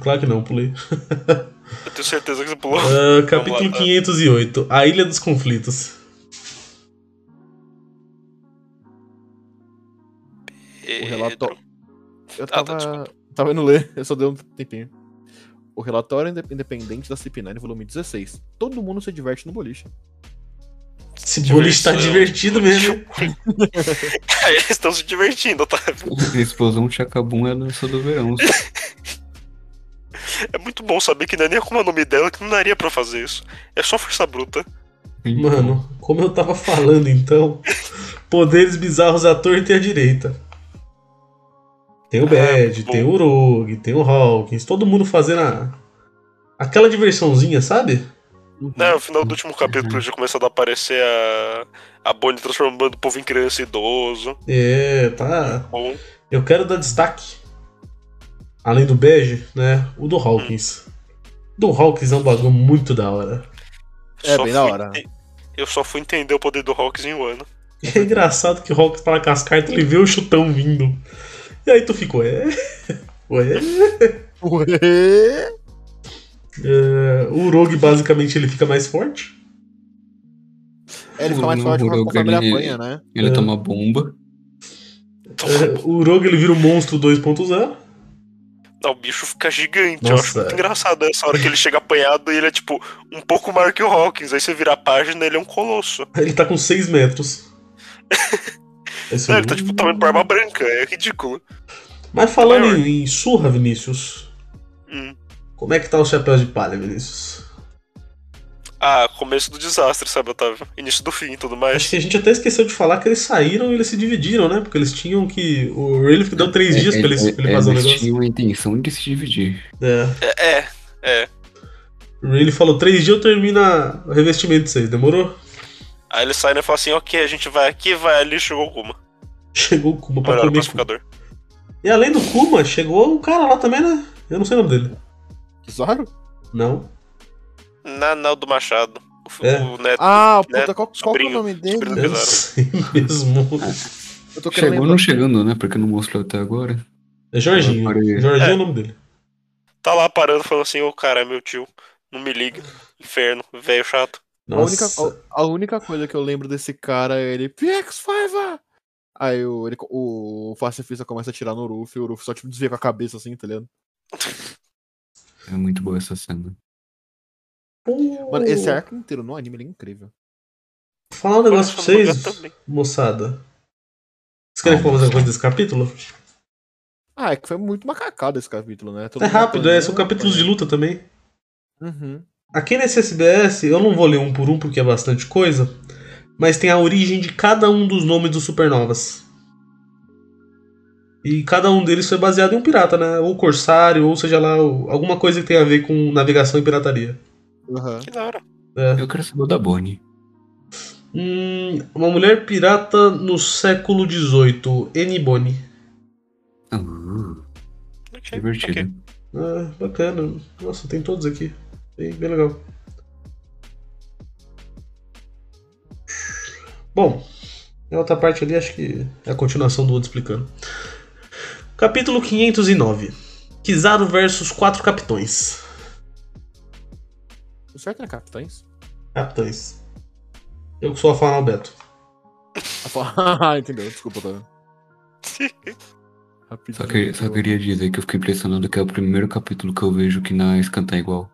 Speaker 2: Claro que não, pulei.
Speaker 4: Eu tenho certeza que você pulou.
Speaker 2: Ah, capítulo
Speaker 4: Vamos lá. tá.
Speaker 2: 508 A Ilha dos Conflitos.
Speaker 3: O relatório. Eu
Speaker 4: é Ah, tá,
Speaker 3: tava. tava indo ler, eu só dei um tempinho. O relatório inde- independente da CP9, volume 16. Todo mundo se diverte no boliche.
Speaker 2: Esse boliche tá
Speaker 4: Diversão.
Speaker 2: divertido mesmo.
Speaker 4: Eles estão se divertindo, tá?
Speaker 5: A explosão de Chacabum é a dança do verão.
Speaker 4: É muito bom saber que não é nem como é o nome dela, que não daria pra fazer isso. É só força bruta.
Speaker 2: Mano, como eu tava falando então, poderes bizarros à torta e à direita. Tem o Bad,
Speaker 4: bom.
Speaker 2: tem o Rogue, tem o Hawkins, todo mundo fazendo a... aquela diversãozinha, sabe?
Speaker 5: Uhum.
Speaker 4: Né, no final do último capítulo já começando a aparecer a, a Bonnie transformando o povo em criança e idoso.
Speaker 2: É, tá.
Speaker 4: Bom,
Speaker 2: Eu quero dar destaque, além do Bege, né? O do Hawkins. Do Hawkins é um bagulho muito da hora.
Speaker 3: É,
Speaker 4: só
Speaker 3: bem da
Speaker 4: fui
Speaker 3: hora.
Speaker 4: ente- Eu só fui entender o poder do Hawks em um ano.
Speaker 2: E é engraçado que o Hawks fala com as cartas, ele vê o chutão vindo. E aí tu fica, ué? Ué?
Speaker 3: Ué?
Speaker 2: É, o Rogue, basicamente, ele fica mais forte.
Speaker 3: É, ele fica mais
Speaker 5: O
Speaker 3: forte
Speaker 5: Rurouni-
Speaker 3: conforme ele apanha, né?
Speaker 5: Ele
Speaker 2: É.
Speaker 5: toma bomba.
Speaker 2: É, o Rogue, ele vira o monstro 2.0.
Speaker 4: Não, o bicho fica gigante. eu
Speaker 2: Nossa,
Speaker 4: acho muito
Speaker 2: é.
Speaker 4: engraçado essa hora que ele chega apanhado e ele é tipo um pouco maior que o Hawkins. Aí você vira a página ele é um colosso.
Speaker 2: Ele tá com 6 metros. Esse
Speaker 4: Não,
Speaker 2: é
Speaker 4: ele tá
Speaker 2: o-
Speaker 4: tipo tamanho pra arma branca. É ridículo.
Speaker 2: Mas falando em, em surra, Vinícius,
Speaker 4: Hum.
Speaker 2: como é que tá o chapéu de palha, Vinícius?
Speaker 4: Ah, começo do desastre, sabe, Otávio? Início do fim e tudo mais.
Speaker 2: Acho que a gente até esqueceu de falar que eles saíram e eles se dividiram, né? Porque eles tinham que. O Relic deu
Speaker 5: É,
Speaker 2: 3 dias pra ele, pra ele fazer o
Speaker 5: eles
Speaker 2: negócio.
Speaker 5: tinham a intenção de se dividir.
Speaker 2: É.
Speaker 4: É, é, é.
Speaker 2: Ele falou, três dias eu termino a- o revestimento de vocês, demorou?
Speaker 4: Aí ele sai né, e fala assim: ok, a gente vai aqui, vai ali, chegou o
Speaker 2: Tá
Speaker 4: Kuma.
Speaker 2: Chegou o Kuma pra
Speaker 4: Melhor
Speaker 2: comer. Kuma.
Speaker 4: classificador.
Speaker 2: E além do Kuma, chegou o cara lá também, né? Eu não sei o nome dele.
Speaker 3: Bizarro?
Speaker 2: Não.
Speaker 4: Na, na do Machado. O,
Speaker 2: É.
Speaker 4: o Neto.
Speaker 3: Ah,
Speaker 4: Né?
Speaker 3: puta, qual, qual que é o
Speaker 4: Sobrinho-
Speaker 3: nome dele?
Speaker 4: sobrinho.
Speaker 2: Eu não
Speaker 4: Exato.
Speaker 2: sei mesmo.
Speaker 3: Eu tô querendo
Speaker 5: Chegou
Speaker 3: lembrar-
Speaker 5: não chegando, né? Porque não mostrou até agora.
Speaker 2: É Jorginho.
Speaker 5: Ah, parei.
Speaker 2: Jorginho é.
Speaker 4: É.
Speaker 2: o nome dele.
Speaker 4: Tá lá parando, falando assim, ô cara, é meu tio, não me liga, inferno, velho chato.
Speaker 3: A única,
Speaker 2: Nossa.
Speaker 3: a, a única coisa que eu lembro desse cara é ele. px Fiverr! Aí o, ele, o, o pacifista começa a atirar no Uruf e o Uruf só tipo desvia com a cabeça assim, tá ligado?
Speaker 5: É muito boa essa cena.
Speaker 2: Oh.
Speaker 3: Mano, esse arco inteiro no anime ele é incrível.
Speaker 2: Vou falar um negócio pra
Speaker 4: Agora eu
Speaker 2: vocês,
Speaker 4: sou no lugar também.
Speaker 2: moçada. Vocês querem falar mais alguma coisa desse capítulo?
Speaker 3: Ah, é que foi muito macacado esse capítulo, né? Todo
Speaker 2: É
Speaker 3: mundo
Speaker 2: rápido, é,
Speaker 3: apanhando,
Speaker 2: são capítulos de luta também.
Speaker 3: Uhum.
Speaker 2: Aqui nesse SBS, eu não vou ler um por um porque é bastante coisa, mas tem a origem de cada um dos nomes dos supernovas. E cada um deles foi baseado em um pirata, né? Ou corsário, ou seja lá, o- alguma coisa que tem a ver com navegação e pirataria. É.
Speaker 3: Aham.
Speaker 4: Que da hora.
Speaker 5: Eu quero saber o da Bonnie.
Speaker 2: Hum, uma mulher pirata no século XVIII, Enibone.
Speaker 5: Ah, uh,
Speaker 4: Ok,
Speaker 5: divertido.
Speaker 4: ok.
Speaker 2: Ah, bacana. Nossa, tem todos aqui. Bem, bem legal. Bom, a outra parte ali acho que é a continuação do outro explicando. Capítulo 509. Kizaru versus quatro capitões.
Speaker 3: O certo era capitães?
Speaker 2: Capitães. Eu que sou a falar Beto.
Speaker 3: Ah, fa- Ah, entendeu? Desculpa, tá? Rapidinho.
Speaker 5: Só, que, só queria dizer que eu fiquei impressionado que é o primeiro capítulo que eu vejo que na Scan tá igual.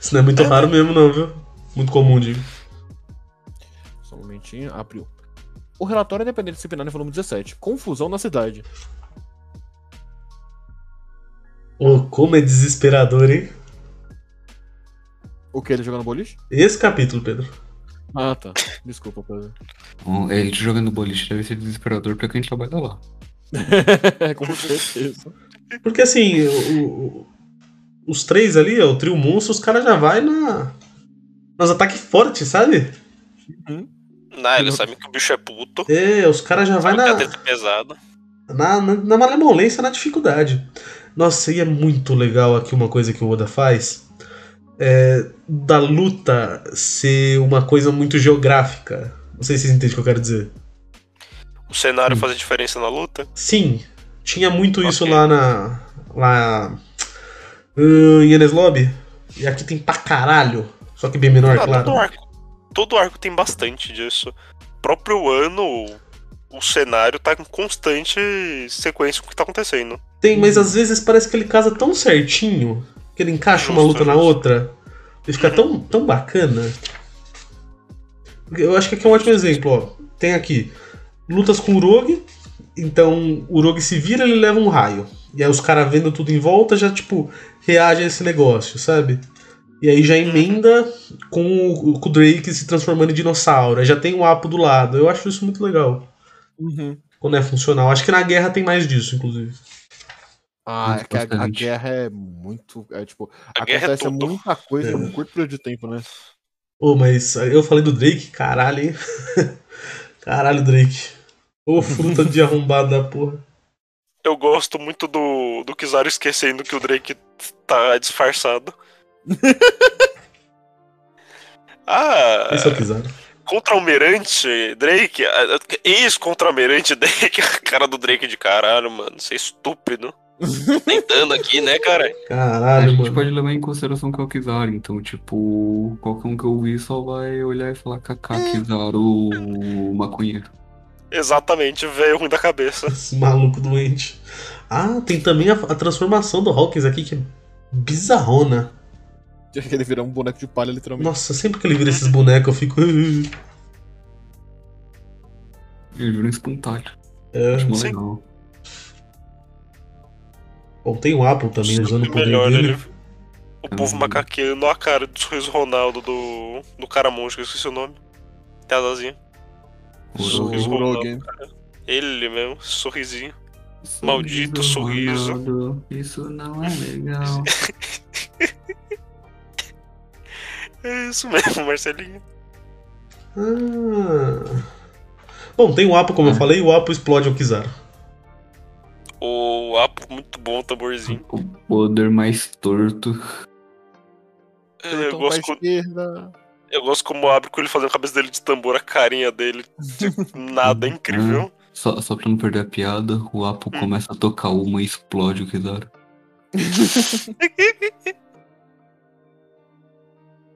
Speaker 2: Isso não é muito raro mesmo não, viu? Muito comum, digo.
Speaker 3: Só um momentinho, abriu. O relatório independente disciplinar no volume 17. Confusão na cidade.
Speaker 2: Oh, como é desesperador, hein?
Speaker 3: O que? Ele jogando boliche?
Speaker 2: Esse capítulo, Pedro.
Speaker 3: Ah, tá. Desculpa, Pedro.
Speaker 5: Bom, é, ele jogando boliche deve ser desesperador pra quem trabalha lá.
Speaker 3: É, Com certeza.
Speaker 2: Porque assim, o- o- os três ali, ó, o trio monstro, os caras já vai na. Nos ataques fortes, sabe?
Speaker 4: Não, eles sabem que o bicho é puto.
Speaker 2: É, os caras já vai
Speaker 4: Sabe que a
Speaker 2: na,
Speaker 4: treta é pesada.
Speaker 2: na, na, na malemolência, na dificuldade. Nossa, e é muito legal aqui uma coisa que o Oda faz. É, da luta ser uma coisa muito geográfica. Não sei se vocês entendem o que eu quero dizer.
Speaker 4: O cenário faz a diferença na luta.
Speaker 2: Sim, tinha muito isso
Speaker 4: Ok.
Speaker 2: lá na. lá. hum, em Enes Lobby. E aqui tem pra caralho. Só que bem menor,
Speaker 4: Ah,
Speaker 2: claro.
Speaker 4: todo arco. Todo arco tem bastante disso. O próprio ano, o- o cenário tá em constante sequência com o que tá acontecendo.
Speaker 2: Tem, mas às vezes parece que ele casa tão certinho que ele encaixa uma
Speaker 4: Justo,
Speaker 2: luta na
Speaker 4: justo.
Speaker 2: outra. Ele fica tão, tão bacana. Porque Eu acho que aqui é um ótimo exemplo, ó. Tem aqui lutas com o Urogi. Então o Urogi se vira ele leva um raio. E aí os caras vendo tudo em volta já, tipo, reagem a esse negócio, sabe? E aí já emenda com o, com o Drake se transformando em dinossauro. Aí já tem o Apo do lado. Eu acho isso muito legal.
Speaker 3: Uhum.
Speaker 2: Quando é funcional. Acho que na guerra tem mais disso, inclusive.
Speaker 3: Ah, é que a- a,
Speaker 5: Bastante.
Speaker 3: guerra é muito. É tipo,
Speaker 4: A guerra é
Speaker 3: acontece
Speaker 4: tudo.
Speaker 3: muita coisa
Speaker 2: É.
Speaker 3: em um curto período de tempo, né?
Speaker 2: Ô, mas eu falei do Drake, caralho, hein? Caralho, Drake. Ô, fruta de arrombado da porra.
Speaker 4: Eu gosto muito do, do Kizaru esquecendo que o Drake tá disfarçado. ah,
Speaker 2: Esse é o Kizaru.
Speaker 4: contra-almirante Drake? ah, Ex-contra-almirante Drake? A cara do Drake de caralho, mano. Você é estúpido. Tentando aqui, né, cara?
Speaker 5: a
Speaker 2: Caralho,
Speaker 5: gente
Speaker 2: mano.
Speaker 5: pode levar em consideração que é o Kizaru, então, tipo, qualquer um que eu vi só vai olhar e falar Kaká,
Speaker 4: É.
Speaker 5: Kizaru, maconheiro.
Speaker 4: Exatamente, velho ruim da cabeça.
Speaker 2: Esse maluco doente. Ah, tem também a, a transformação do Hawkins aqui, que é bizarrona.
Speaker 3: Tinha que ele virar um boneco de palha, literalmente.
Speaker 2: Nossa, sempre que ele vira esses bonecos, eu fico.
Speaker 5: Ele virou um espantalho.
Speaker 2: É.
Speaker 5: Acho mó
Speaker 4: Sim.
Speaker 5: legal.
Speaker 2: Bom, tem o Apple também usando o poder
Speaker 4: Melhor,
Speaker 2: dele.
Speaker 4: ele... O povo macaqueando, ó a cara do sorriso Ronaldo do, do cara monge, que eu esqueci o nome. Tem as asinhas.
Speaker 5: Sorriso
Speaker 3: O
Speaker 4: rolando.
Speaker 3: Rogan.
Speaker 4: Ele mesmo, esse sorrisinho. Maldito sorriso.
Speaker 5: Ronaldo, Isso não é legal.
Speaker 4: É isso mesmo, Marcelinho.
Speaker 2: Ah. Bom, tem o Apple, como eu
Speaker 5: Ah.
Speaker 2: falei, e o Apple explode o Kizaru.
Speaker 4: O Apo, muito bom o tamborzinho.
Speaker 5: O poder mais torto.
Speaker 4: Eu
Speaker 3: Então, pra
Speaker 4: gosto, quando-
Speaker 3: esquerda.
Speaker 4: Eu gosto como abre com ele fazendo a cabeça dele de tambor, a carinha dele. De nada, é incrível.
Speaker 2: Uhum.
Speaker 5: Só, só pra não perder a piada, o Apo
Speaker 4: Hum.
Speaker 5: começa a tocar uma e explode o Kizaru.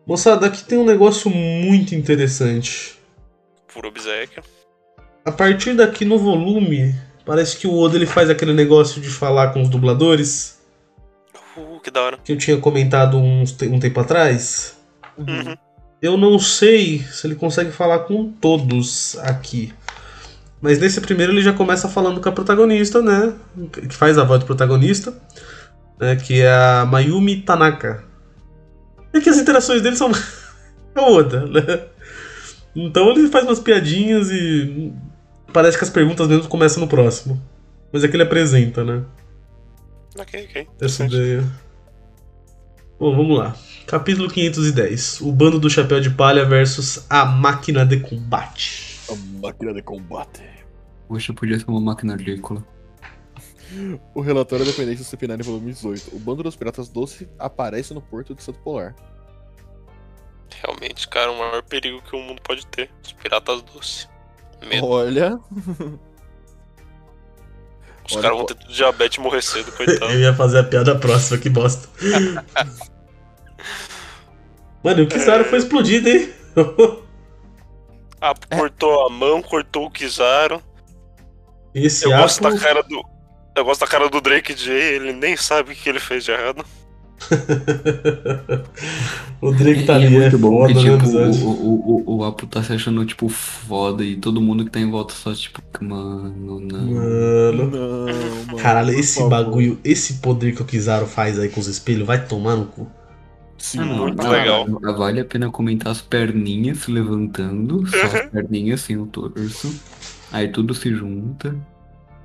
Speaker 2: Moçada, aqui tem um negócio muito interessante.
Speaker 4: Por obséquio.
Speaker 2: A partir daqui no volume, parece que o Oda ele faz aquele negócio de falar com os dubladores,
Speaker 4: Uh, que da hora.
Speaker 2: que eu tinha comentado uns te- um tempo atrás.
Speaker 4: Uhum.
Speaker 2: Eu não sei se ele consegue falar com todos aqui. Mas nesse primeiro ele já começa falando com a protagonista, né? Que faz a voz do protagonista, né? Que é a Mayumi Tanaka. É que as interações dele são é o Oda, né? Então ele faz umas piadinhas e parece que as perguntas mesmo começam no próximo. Mas é que ele apresenta, né?
Speaker 4: Ok, ok.
Speaker 2: Essa ideia. Bom, vamos lá. Capítulo 510. O bando do chapéu de palha versus a máquina de combate.
Speaker 3: A máquina de combate.
Speaker 5: Poxa, podia ser uma máquina agrícola.
Speaker 3: O relatório da dependência do CP9, volume 18. O bando dos piratas doce aparece no porto de Santo Polar.
Speaker 4: Realmente, cara, o maior perigo que o mundo pode ter. Os piratas doces. Medo.
Speaker 3: Olha.
Speaker 2: Oh,
Speaker 4: Os
Speaker 3: olha,
Speaker 4: caras vão
Speaker 3: pô.
Speaker 4: ter diabetes e morrer cedo, coitado.
Speaker 2: Eu ia fazer a piada próxima, que bosta. Mano, o Kizaru foi explodido, hein?
Speaker 4: Ah,
Speaker 2: É.
Speaker 4: cortou a mão, cortou o Kizaru.
Speaker 2: Esse
Speaker 4: Eu gosto
Speaker 2: Apo,
Speaker 4: da cara do. Eu gosto da cara do Drake J, ele nem sabe o que ele fez de errado.
Speaker 2: o Drake tá
Speaker 5: E
Speaker 2: ali, é
Speaker 5: porque,
Speaker 2: foda, né,
Speaker 5: tipo,
Speaker 2: amizade?
Speaker 5: o, o, o, o Apo tá se achando, tipo, foda e todo mundo que tá em volta só, tipo, mano, não.
Speaker 2: Mano.
Speaker 3: Não, mano.
Speaker 2: Caralho,
Speaker 3: por
Speaker 2: esse
Speaker 3: favor.
Speaker 2: bagulho, esse poder que o Kizaru faz aí com os espelhos, vai tomar no cu.
Speaker 3: Sim,
Speaker 5: Ah, não,
Speaker 4: é muito
Speaker 5: não,
Speaker 4: legal.
Speaker 5: não, Vale a pena comentar as perninhas se levantando, só
Speaker 4: Uhum.
Speaker 5: as perninhas sem o torso. Aí tudo se junta.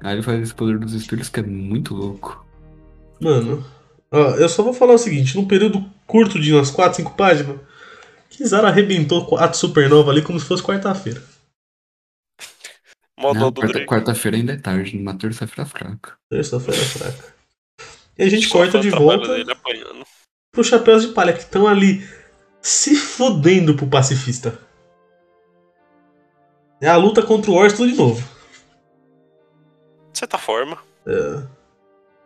Speaker 5: Aí ele faz esse poder dos espelhos que é muito louco.
Speaker 2: Mano, ó, eu só vou falar o seguinte, num período curto de umas 4, 5 páginas, Kizaru arrebentou quatro supernova ali como se fosse quarta-feira.
Speaker 4: Mó dó
Speaker 5: Não,
Speaker 4: do
Speaker 5: quarta-
Speaker 4: Drake.
Speaker 5: Quarta-feira ainda é tarde, numa terça-feira é fraca.
Speaker 2: Terça-feira fraca. E a gente
Speaker 4: Só
Speaker 2: corta
Speaker 4: foi o
Speaker 2: de
Speaker 4: trabalho
Speaker 2: volta
Speaker 4: dele apanhando.
Speaker 2: pros chapéus de palha que estão ali se fudendo pro pacifista. É a luta contra o Orson de novo.
Speaker 4: De certa forma.
Speaker 2: É.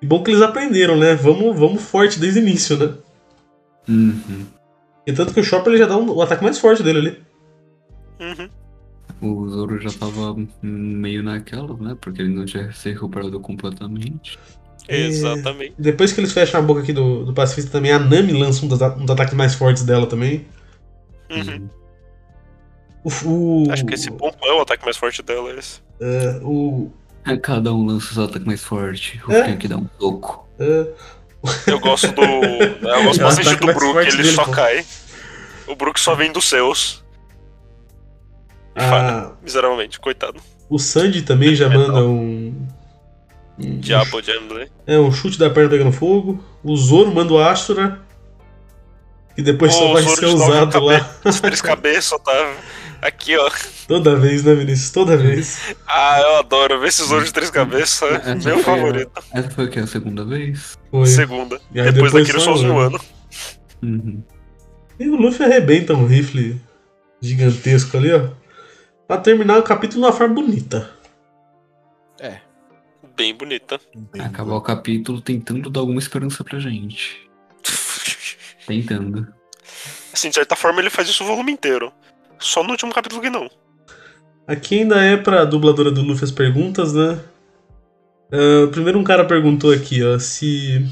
Speaker 2: E bom que eles aprenderam, né? Vamos, vamos forte desde o início, né?
Speaker 5: Uhum.
Speaker 2: E tanto que o Chopper ele já dá um- o ataque mais forte dele ali.
Speaker 4: Uhum.
Speaker 5: O Zoro já tava hum, meio naquela, né? Porque ele não tinha se recuperado completamente.
Speaker 2: É.
Speaker 4: Exatamente.
Speaker 2: Depois que eles fecham a boca aqui do, do pacifista também, a Nami lança um dos, a- um dos ataques mais fortes dela também.
Speaker 4: Uhum.
Speaker 2: O, f- o-
Speaker 4: Acho que esse ponto é o ataque mais forte dela, esse.
Speaker 2: é, o-
Speaker 5: Cada um lança os ataques mais forte. O
Speaker 2: É.
Speaker 5: Frank dá um soco.
Speaker 2: é,
Speaker 4: Eu gosto do. Eu gosto
Speaker 2: É o
Speaker 4: bastante
Speaker 2: ataque
Speaker 4: do
Speaker 2: mais
Speaker 4: Brook,
Speaker 2: forte
Speaker 4: ele
Speaker 2: dele,
Speaker 4: só
Speaker 2: pô.
Speaker 4: cai. O Brook só vem dos seus. E falha,
Speaker 2: a-
Speaker 4: miseravelmente, coitado.
Speaker 2: o Sandy também já manda um. um-
Speaker 4: É, Diabo né? de Emily.
Speaker 2: É, um chute da perna pegando fogo. O Zoro manda o Asura. E depois
Speaker 4: Ô,
Speaker 2: só vai
Speaker 4: Zoro
Speaker 2: ser
Speaker 4: de novo,
Speaker 2: usado
Speaker 4: acabei.
Speaker 2: lá.
Speaker 4: Os três cabeças, Otávio. Aqui, ó.
Speaker 2: Toda vez, né, Vinícius? Toda vez.
Speaker 4: Ah, eu adoro ver esses olhos de três cabeças.
Speaker 2: É,
Speaker 5: Essa
Speaker 4: É, Meu
Speaker 5: foi a-
Speaker 4: favorito.
Speaker 5: Essa foi o quê? A segunda vez?
Speaker 2: né? Foi.
Speaker 4: Segunda.
Speaker 2: E aí
Speaker 4: Depois
Speaker 2: depois
Speaker 4: daquele
Speaker 2: só
Speaker 4: só
Speaker 2: um.
Speaker 4: zoando.
Speaker 5: Uhum.
Speaker 2: E o Luffy arrebenta um rifle gigantesco ali, ó. Pra terminar o capítulo de uma forma bonita.
Speaker 3: É.
Speaker 4: Bem bonita.
Speaker 5: Acabar o capítulo tentando dar alguma esperança pra gente. Tentando.
Speaker 4: Assim, de certa forma, ele faz isso o volume inteiro. Só no último capítulo que não.
Speaker 2: Aqui ainda é pra dubladora do Luffy as perguntas, né? Ah, primeiro um cara perguntou aqui, ó, se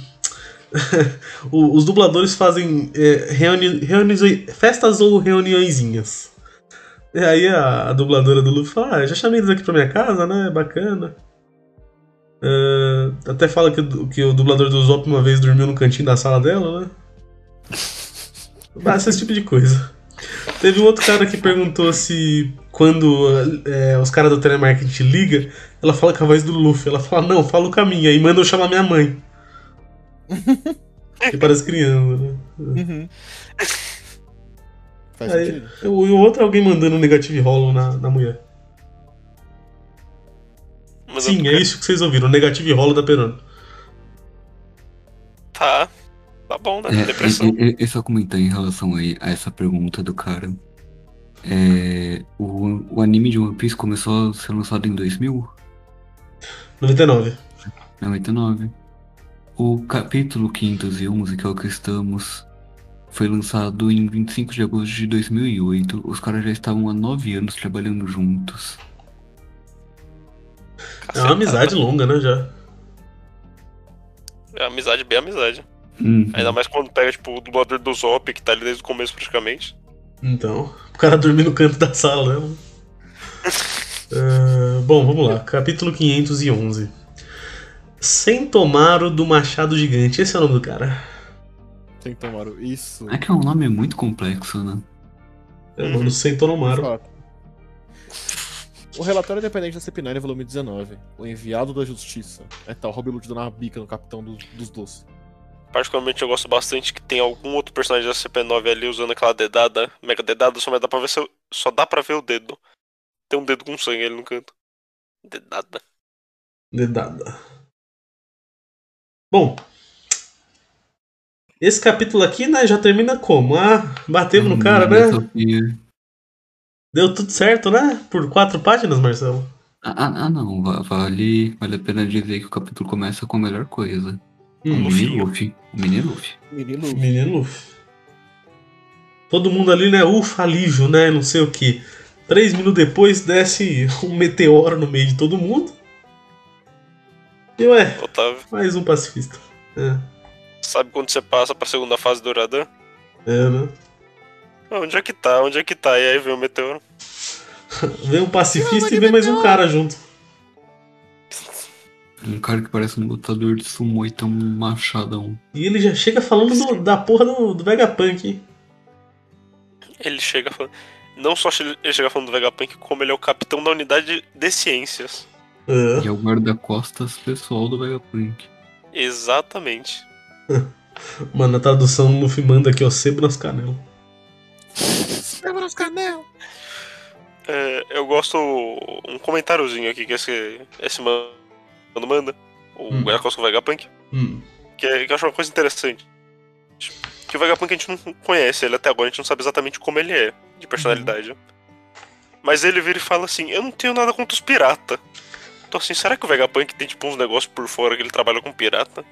Speaker 2: o- os dubladores fazem eh, reuni, reuni- festas ou reuniõezinhas. E aí a, a dubladora do Luffy fala, ah, já chamei eles aqui pra minha casa, né? Bacana. Ah, até fala que, o- que o dublador do Zop uma vez dormiu no cantinho da sala dela, né? Mas esse tipo de coisa. Teve um outro cara que perguntou se quando é, os caras do telemarketing ligam, ela fala com a voz do Luffy. Ela fala, não, fala o caminho. Aí manda eu chamar minha mãe. que parece criança, né?
Speaker 3: Uhum. Faz
Speaker 2: Aí.
Speaker 3: sentido.
Speaker 2: E o e o outro é alguém mandando um negative hollow na, na mulher.
Speaker 4: Mas
Speaker 2: Sim,
Speaker 4: eu-
Speaker 2: é isso que vocês ouviram, o negative hollow da Perona.
Speaker 4: Tá. Tá bom, né?
Speaker 5: É,
Speaker 4: Depressão.
Speaker 5: Eu, eu- eu só comentar em relação aí a essa pergunta do cara. É, o, o anime de One Piece começou a ser lançado em 2000,
Speaker 2: 99.
Speaker 5: 99. O capítulo 511, que é o que estamos, foi lançado em 25 de agosto de 2008. Os caras já estavam há 9 anos trabalhando juntos.
Speaker 2: É uma amizade longa, né? Já.
Speaker 4: É amizade, bem amizade.
Speaker 5: Hum.
Speaker 4: Ainda mais quando pega, tipo, o dublador do Zop, que tá ali desde o começo praticamente.
Speaker 2: Então, o cara dormir no canto da sala, né? Ah, bom, vamos lá. Capítulo 511. Sentomaru do Machado Gigante. Esse é o nome do cara.
Speaker 3: Tem que tomar o- isso.
Speaker 5: É que é um nome muito complexo, né?
Speaker 2: É o nome do Sentomaru.
Speaker 3: Fato. O relatório independente da CP9, volume 19. O enviado da justiça. É tal, Robin Hood dando uma bica no capitão dos, dos doces.
Speaker 4: Particularmente eu gosto bastante que tem algum outro personagem da CP9 ali usando aquela dedada, mega dedada, só mas dá pra ver se- só dá pra ver o dedo. Tem um dedo com sangue ali no canto. Dedada.
Speaker 2: Dedada. Bom. Esse capítulo aqui, né, já termina como? Ah, batemos
Speaker 5: Hum,
Speaker 2: no cara, né?
Speaker 5: né?
Speaker 2: Deu tudo certo, né? Por quatro páginas, Marcelo.
Speaker 5: Ah, ah, ah, não. va- Vale, vale a pena dizer que o capítulo começa com a melhor coisa. O
Speaker 2: Hum,
Speaker 5: mini Luffy. O mini Luffy.
Speaker 3: Menino.
Speaker 2: Menino Luffy. Todo mundo ali, né? Ufa, alívio, né? Não sei o que. Três minutos depois desce um meteoro no meio de todo mundo. E ué,
Speaker 4: Otávio,
Speaker 2: mais um pacifista. É,
Speaker 4: sabe quando você passa pra segunda fase do Uradan?
Speaker 2: é né?
Speaker 4: Ah, onde é que tá? Onde é que tá? E aí vem o meteoro.
Speaker 2: Vem um pacifista e vem mais um cara junto.
Speaker 5: Um cara que parece um lutador de sumo e tem um machadão.
Speaker 2: E ele já chega falando do- da porra do, do Vegapunk, hein?
Speaker 4: Ele chega falando. Não só che- ele chega falando do Vegapunk, como ele é o capitão da unidade de ciências.
Speaker 2: É.
Speaker 5: E é o guarda-costas pessoal do Vegapunk.
Speaker 4: Exatamente.
Speaker 2: Mano, a tradução no Luffy manda aqui, ó, sebo nas canelas.
Speaker 3: Seba nas canelas.
Speaker 4: É, eu gosto. Um comentáriozinho aqui que esse, esse mano manda. O
Speaker 2: Hum.
Speaker 4: Guaracosco Vegapunk.
Speaker 2: Hum.
Speaker 4: Que, é- que eu acho uma coisa interessante. Que o Vegapunk a gente não conhece ele até agora, a gente não sabe exatamente como ele é, de personalidade. Mas ele vira e fala assim: Eu não tenho nada contra os pirata. Então, assim, será que o Vegapunk tem, tipo, uns negócios por fora que ele trabalha com pirata?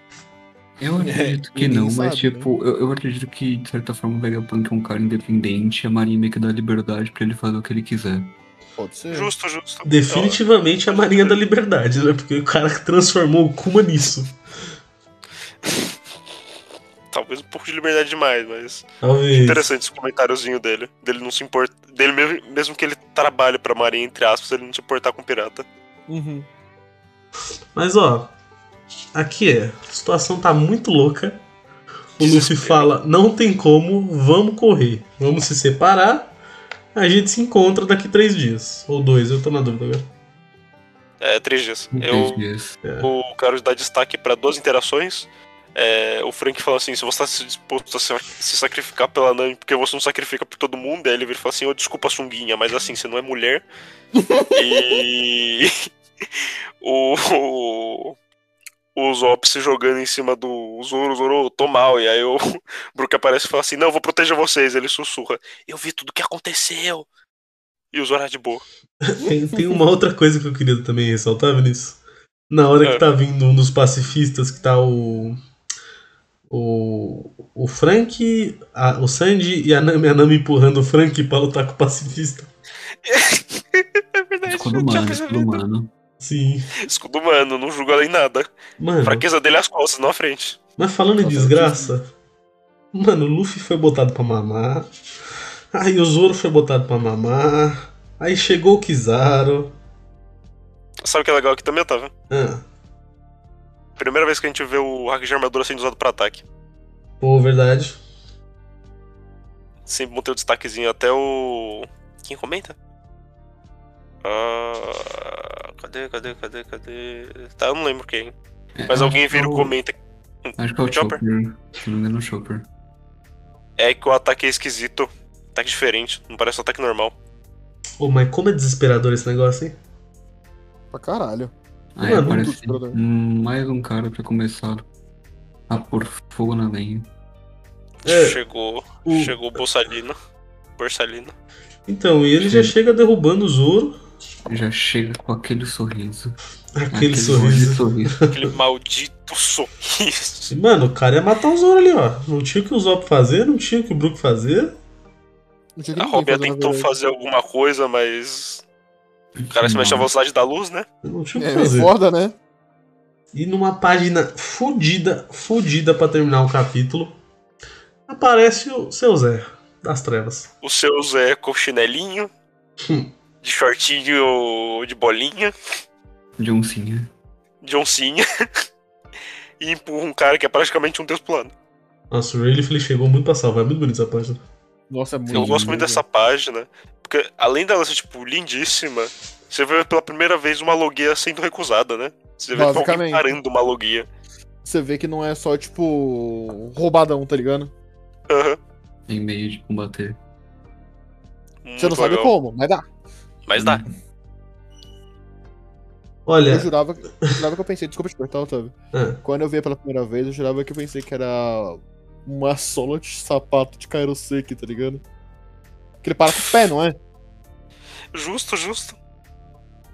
Speaker 5: Eu acredito que
Speaker 3: ninguém
Speaker 5: não, mas
Speaker 3: sabe, né?
Speaker 5: tipo, eu, eu acredito que de certa forma o Vegapunk é um cara independente, a Marinha meio que dá liberdade pra ele fazer o que ele quiser.
Speaker 3: Pode ser.
Speaker 4: Justo, justo.
Speaker 2: Definitivamente a Marinha da Liberdade, né? Porque o cara que transformou o Kuma nisso.
Speaker 4: Ó, talvez um pouco de liberdade demais, mas.
Speaker 2: Talvez.
Speaker 4: Interessante esse comentáriozinho dele. Dele não se importa. Dele mesmo, mesmo que ele trabalhe pra Marinha, entre aspas, ele não se importar com pirata.
Speaker 3: Uhum.
Speaker 2: Mas ó, aqui é, a situação tá muito louca. O Luffy
Speaker 4: Desespero.
Speaker 2: fala, não tem como, vamos correr, vamos se separar, a gente se encontra daqui três dias. Ou dois, eu tô na dúvida agora.
Speaker 4: É, três dias.
Speaker 5: Em três
Speaker 4: Eu,
Speaker 5: dias. é
Speaker 4: eu quero dar destaque pra duas interações. É, o Frank fala assim: se você tá se disposto a se se sacrificar pela Nami, porque você não sacrifica por todo mundo, aí ele vira e fala assim: eu desculpa a sunguinha, mas assim, você não é mulher. e. o. o... O Zop se jogando em cima do Zoro, Zoro, eu tô mal. E aí o Brook aparece e fala assim: Não, eu vou proteger vocês. Ele sussurra: Eu vi tudo o que aconteceu. E o Zoro é de boa.
Speaker 2: Tem, tem uma outra coisa que eu queria também ressaltar, Vinícius. Na hora que
Speaker 4: É.
Speaker 2: tá vindo um dos pacifistas, que tá o. O, o Frank, a- o Sandy e a Nami, a Nami empurrando o Frank pra lutar com o pacifista.
Speaker 4: É verdade,
Speaker 5: Escudo
Speaker 4: eu tinha
Speaker 5: tipo humano, escudo
Speaker 4: percebido.
Speaker 5: humano.
Speaker 2: Sim.
Speaker 4: Escudo humano, não julga em nada.
Speaker 2: Mano.
Speaker 4: Fraqueza dele é as costas, não a frente.
Speaker 2: Mas falando em
Speaker 3: Nossa,
Speaker 2: desgraça, mano, o Luffy foi botado pra mamar. Aí o Zoro foi botado pra mamar. Aí chegou o Kizaru.
Speaker 4: Sabe o que é legal aqui também, Otávio?
Speaker 2: Ah,
Speaker 4: Primeira vez que a gente vê o hack de armadura sendo usado pra ataque.
Speaker 2: pô, verdade.
Speaker 4: Sempre botei o destaquezinho até o. Quem comenta? Ah. Cadê, cadê, cadê, cadê? Tá, eu não lembro quem.
Speaker 5: É,
Speaker 4: Mas
Speaker 5: eu
Speaker 4: alguém
Speaker 5: acho que
Speaker 4: vira
Speaker 5: é
Speaker 4: e
Speaker 5: o-
Speaker 4: comenta
Speaker 5: Acho que é o
Speaker 4: Chopper.
Speaker 5: Chopper. Se não me engano, é o Chopper.
Speaker 4: é que o ataque é esquisito. Ataque diferente, não parece um ataque normal.
Speaker 2: Ô, mas como é desesperador esse negócio, hein?
Speaker 3: Pra caralho.
Speaker 5: Aí
Speaker 2: Mano,
Speaker 5: aparece um
Speaker 3: muito brother.
Speaker 5: hum, mais um cara pra começar a pôr fogo na lenha.
Speaker 2: É.
Speaker 4: Chegou.
Speaker 2: O-
Speaker 4: Chegou o Borsalino. Borsalino.
Speaker 2: Então, e ele já
Speaker 5: Sim.
Speaker 2: chega derrubando o Zoro.
Speaker 5: Já chega com aquele sorriso.
Speaker 2: Aquele
Speaker 5: horrível
Speaker 2: sorriso.
Speaker 5: sorriso.
Speaker 4: Aquele maldito sorriso.
Speaker 2: Mano, o cara ia matar o Zoro ali, ó. Não tinha o que o Zop fazer, não tinha o que o Brook fazer.
Speaker 3: Não tinha
Speaker 4: A
Speaker 3: ninguém
Speaker 4: Robia
Speaker 3: fazendo
Speaker 4: tentou
Speaker 3: nada.
Speaker 4: fazer alguma coisa, mas. O cara se mexe à velocidade da luz, né?
Speaker 2: Não tinha o que
Speaker 3: É,
Speaker 2: fazer.
Speaker 3: foda, né?
Speaker 2: E numa página fudida, fudida pra terminar o capítulo, aparece o seu Zé das Trevas.
Speaker 4: O seu Zé é, com chinelinho.
Speaker 2: Hum.
Speaker 4: De shortinho de bolinha.
Speaker 5: De oncinha.
Speaker 4: De oncinha. e empurra um cara que é praticamente um deus plano.
Speaker 2: Nossa, o Rayleigh ele chegou muito pra salvar, é muito bonito essa página.
Speaker 3: Nossa, é muito.
Speaker 4: Eu gosto
Speaker 3: lindo,
Speaker 4: muito dessa
Speaker 3: velho.
Speaker 4: página. Porque além dela ser, tipo, lindíssima, você vê pela primeira vez uma logia sendo recusada, né? Você vê tipo, alguém
Speaker 3: Basicamente.
Speaker 4: parando uma logia.
Speaker 3: Você vê que não é só, tipo, roubadão, tá ligado?
Speaker 4: Aham.
Speaker 5: Em meio de combater.
Speaker 3: Você não
Speaker 4: Muito
Speaker 3: sabe
Speaker 4: legal.
Speaker 3: como, mas dá.
Speaker 4: Mas dá.
Speaker 2: Olha, É.
Speaker 3: Eu jurava, que- eu jurava que eu pensei, desculpa te cortar, Otávio.
Speaker 2: ah,
Speaker 3: Quando eu vi pela primeira vez, eu jurava que eu pensei que era uma sola de sapato de Kairoseki, tá ligado? Que ele para com o pé, não é?
Speaker 4: Justo, justo.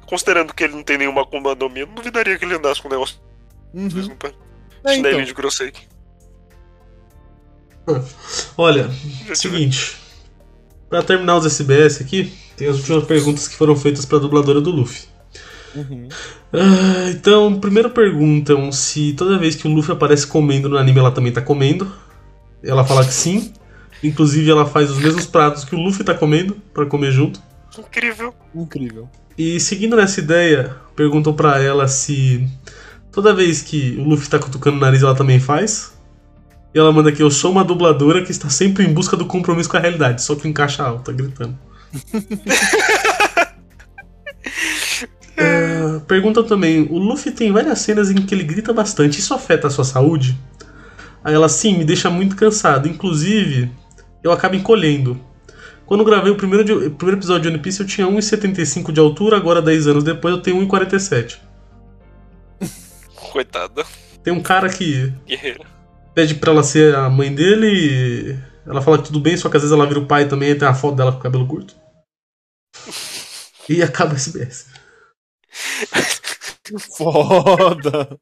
Speaker 4: Considerando que ele não tem nenhuma condomínio, eu não duvidaria que ele andasse com um negócio
Speaker 3: Uhum.
Speaker 4: mesmo, pé.
Speaker 3: É,
Speaker 4: Chinelinho
Speaker 3: então.
Speaker 4: de Grosseik.
Speaker 2: olha,
Speaker 4: Já te vi.
Speaker 2: seguinte. Pra terminar os SBS aqui, tem as últimas perguntas que foram feitas pra dubladora do Luffy.
Speaker 3: Uhum.
Speaker 2: Ah, então, primeiro perguntam se toda vez que o Luffy aparece comendo no anime ela também tá comendo. Ela fala que sim. Inclusive, ela faz os mesmos pratos que o Luffy tá comendo pra comer junto.
Speaker 4: Que Incrível.
Speaker 3: Incrível.
Speaker 2: E seguindo nessa ideia, perguntam pra ela se toda vez que o Luffy tá cutucando o nariz ela também faz. E ela manda aqui: Eu sou uma dubladora que está sempre em busca do compromisso com a realidade, só que em caixa alta, gritando. Ah, perguntam também: O Luffy tem várias cenas em que ele grita bastante, isso afeta a sua saúde? Aí ela, sim, me deixa muito cansado. Inclusive, eu acabo encolhendo. Quando eu gravei o primeiro, de- o primeiro episódio de One Piece, eu tinha 1,75 de altura, agora 10 anos depois eu tenho 1,47.
Speaker 4: Coitada.
Speaker 2: Tem um cara que
Speaker 4: Guerreira.
Speaker 2: pede pra ela ser a mãe dele e ela fala que tudo bem, só que às vezes ela vira o pai também e tem a foto dela com o cabelo curto. E acaba o SBS.
Speaker 3: Foda!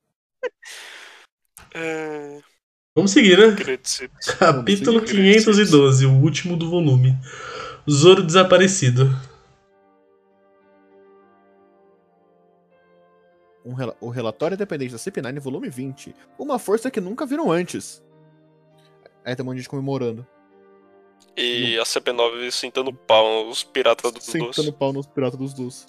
Speaker 4: É...
Speaker 2: Vamos seguir, né?
Speaker 4: Gretzi.
Speaker 2: Capítulo
Speaker 4: Vamos seguir.
Speaker 2: 512, o último do volume. Zoro desaparecido.
Speaker 3: Um rela- o relatório independente da CP9, volume 20. Uma força que nunca viram antes. Aí tem um monte de gente comemorando.
Speaker 4: E a CP9 sentando pau os piratas do
Speaker 3: Sentando
Speaker 4: doce.
Speaker 3: pau nos piratas dos doces.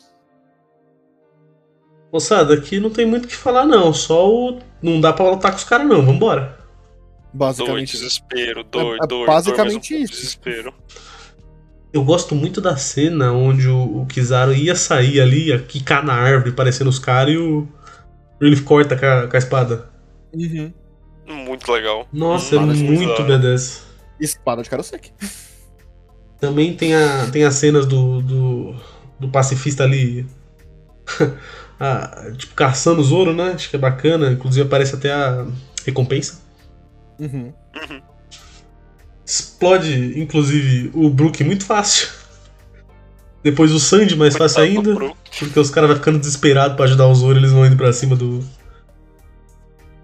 Speaker 2: Moçada, aqui não tem muito o que falar não, só o... Não dá pra lutar com os caras não, vambora.
Speaker 4: Dor,
Speaker 3: Basicamente.
Speaker 4: desespero,
Speaker 3: É-
Speaker 4: dor,
Speaker 3: é
Speaker 4: dor, dor.
Speaker 3: basicamente
Speaker 4: mesmo,
Speaker 3: isso.
Speaker 4: Desespero.
Speaker 2: Eu gosto muito da cena onde o, o Kizaru ia sair ali, ia quicar na árvore, parecendo os caras, e o Relief corta com a, com a espada.
Speaker 3: Uhum.
Speaker 4: Muito legal.
Speaker 2: Nossa, é
Speaker 4: Parece
Speaker 2: muito
Speaker 4: legal.
Speaker 2: badass.
Speaker 3: Espada de Karosek.
Speaker 2: Também tem, a, tem as cenas do, do, do pacifista ali. ah, tipo, caçando o Zoro, né? Acho que é bacana. Inclusive aparece até a recompensa.
Speaker 3: Uhum.
Speaker 2: Explode, inclusive, o Brook muito fácil. Depois o Sandy mais fácil
Speaker 4: Coitado do
Speaker 2: ainda.
Speaker 4: Brook.
Speaker 2: Porque os caras vão ficando desesperados pra ajudar o Zoro, eles vão indo pra cima do.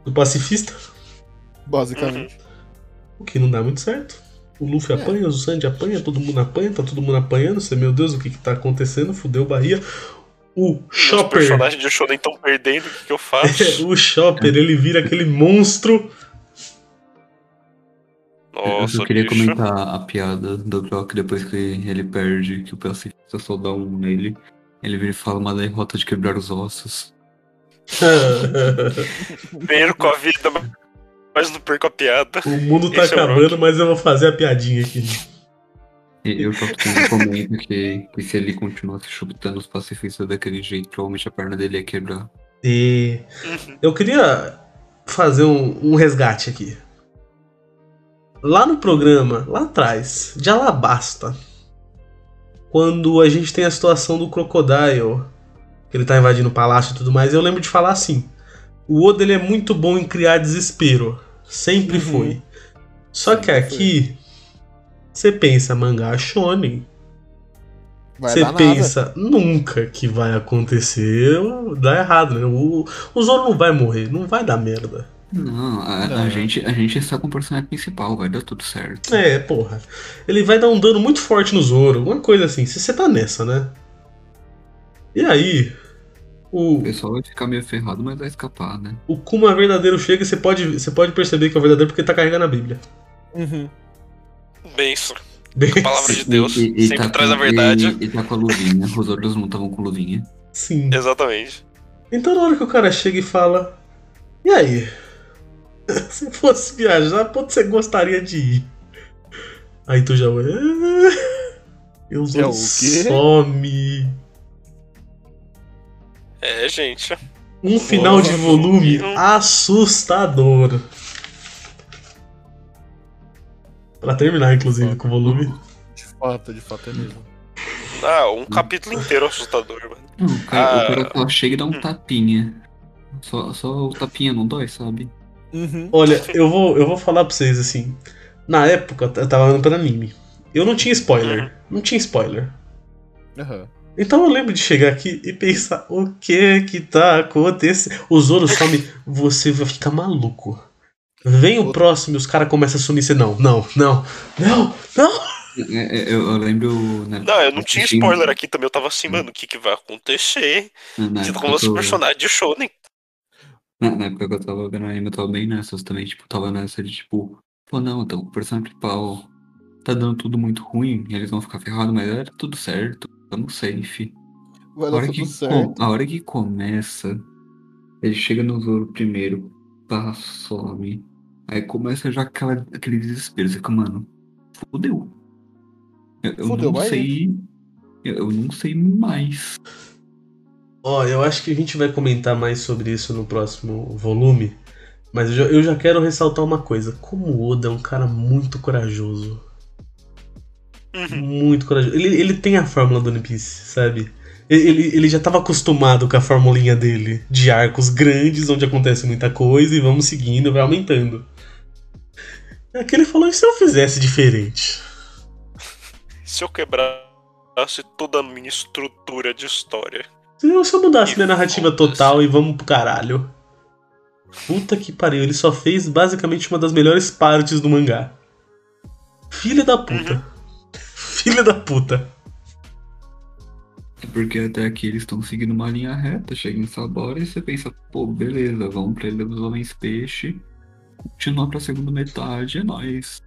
Speaker 2: do pacifista.
Speaker 3: Basicamente.
Speaker 2: O que não dá muito certo. O Luffy
Speaker 4: É.
Speaker 2: apanha, o Sandy apanha, todo mundo apanha, tá todo mundo apanhando. Você, meu Deus, o que que tá acontecendo? Fudeu Bahia. O
Speaker 4: Os
Speaker 2: Chopper.
Speaker 4: personagens de Shonen estão perdendo, o que, que eu faço?
Speaker 2: o Chopper, ele vira aquele monstro.
Speaker 5: Eu
Speaker 4: Nossa,
Speaker 5: só queria
Speaker 4: bicho.
Speaker 5: comentar a piada do Brock depois que ele perde, que o pacifista só dá um nele. Ele vira e fala uma derrota de quebrar os ossos.
Speaker 4: Perco a vida, mas não perco a piada.
Speaker 2: o mundo tá
Speaker 4: Esse é o
Speaker 2: acabando, mas eu vou fazer a piadinha aqui.
Speaker 5: E eu só comento que, que se ele continuasse chutando os pacifistas daquele jeito, provavelmente a perna dele ia quebrar.
Speaker 2: E eu queria fazer um, um resgate aqui. Lá no programa, lá atrás, de Alabasta, quando a gente tem a situação do Crocodile, que ele tá invadindo o palácio e tudo mais, eu lembro de falar assim: o Oda ele é muito bom em criar desespero. Sempre
Speaker 3: Uhum.
Speaker 2: foi. Só que aqui, você pensa mangá shonen,
Speaker 3: Vai
Speaker 2: você
Speaker 3: dar nada.
Speaker 2: pensa nunca que vai acontecer, dá errado, né? O, o Zoro não vai morrer, não vai dar merda.
Speaker 5: Não, a, a
Speaker 3: Não.
Speaker 5: gente, a gente está com o personagem principal, vai dar tudo certo.
Speaker 2: É, porra. Ele vai dar um dano muito forte no Zoro, alguma coisa assim. Se você tá nessa, né? E aí,
Speaker 5: O
Speaker 2: o,
Speaker 5: pessoal vai ficar meio ferrado, mas vai escapar, né?
Speaker 2: o Kuma verdadeiro chega e você pode, você pode perceber que é o verdadeiro porque tá carregando a Bíblia.
Speaker 3: Uhum.
Speaker 4: Benção. Palavra de Deus.
Speaker 5: E- e- e
Speaker 4: sempre
Speaker 5: tá
Speaker 4: traz
Speaker 5: com-
Speaker 4: a verdade.
Speaker 5: E, e tá com a luvinha. Os outros não estavam com luvinha.
Speaker 2: Sim.
Speaker 4: Exatamente.
Speaker 2: Então na hora que o cara chega e fala, e aí? Se fosse viajar, pra onde você gostaria de ir? Aí tu já vai. "Ah, Eu
Speaker 3: É,
Speaker 2: vou
Speaker 3: o quê?
Speaker 2: some.
Speaker 4: É, gente.
Speaker 2: Um final de volume assustador. Pra terminar, inclusive, com o volume.
Speaker 3: De fato, de fato é mesmo.
Speaker 4: Ah, um capítulo inteiro assustador, mano.
Speaker 5: Não, o cara,
Speaker 4: Ah.
Speaker 5: o cara só chega e dá um tapinha. Só, só o tapinha não dói, sabe?
Speaker 3: Uhum.
Speaker 2: Olha, eu vou, eu vou falar pra vocês assim. Na época, eu tava olhando pelo anime. Eu não tinha spoiler. Não tinha spoiler.
Speaker 3: Aham.
Speaker 2: Então eu lembro de chegar aqui e pensar: o que que tá acontecendo? O Zoro some, você vai ficar maluco. Vem o próximo e os caras começam a sumir. Você não, não, não, não, não.
Speaker 5: É, é, Eu, eu lembro. Né,
Speaker 4: Não, eu não tinha
Speaker 5: assistindo-
Speaker 4: spoiler aqui também. Eu tava assim, mano, o que que vai acontecer?
Speaker 5: Na, na
Speaker 4: Você tá
Speaker 5: época
Speaker 4: com o
Speaker 5: que
Speaker 4: nosso
Speaker 5: eu-
Speaker 4: personagem de Shonen.
Speaker 5: Na, na época que eu tava vendo anime, eu tava bem nessas também, tipo, tava nessa de tipo, pô, não, então, o personagem principal tá dando tudo muito ruim, eles vão ficar ferrados, mas era tudo certo, estamos safe.
Speaker 3: Vai
Speaker 5: A
Speaker 3: dar
Speaker 5: hora,
Speaker 3: tudo
Speaker 5: que,
Speaker 3: certo.
Speaker 5: com- a hora que começa, ele chega no Zoro primeiro, pá, some, aí começa já aquela, aquele desespero, você fica, mano, fudeu. Eu, eu
Speaker 3: Fudeu,
Speaker 5: não
Speaker 3: vai
Speaker 5: sei, eu, eu não sei mais.
Speaker 2: Ó, eu acho que a gente vai comentar mais sobre isso no próximo volume. Mas eu já, eu já quero ressaltar uma coisa: como o Oda é um cara muito corajoso.
Speaker 4: Uhum.
Speaker 2: Muito corajoso. Ele, ele tem a fórmula do One Piece, sabe? Ele- Ele, ele já estava acostumado com a formulinha dele, de arcos grandes, onde acontece muita coisa, e vamos seguindo, vai aumentando. É que ele falou, e se eu fizesse diferente?
Speaker 4: Se eu quebrasse toda a minha estrutura de história.
Speaker 2: Se eu, se eu mudasse minha né, narrativa total e vamos pro caralho. Puta que pariu, ele só fez basicamente uma das melhores partes do mangá. Filha da puta. Filha da puta.
Speaker 5: É porque até aqui eles estão seguindo uma linha reta, chega em Sabora e você pensa, pô, beleza, vamos pra Ilha dos Homens Peixe, continuar pra segunda metade, é nóis.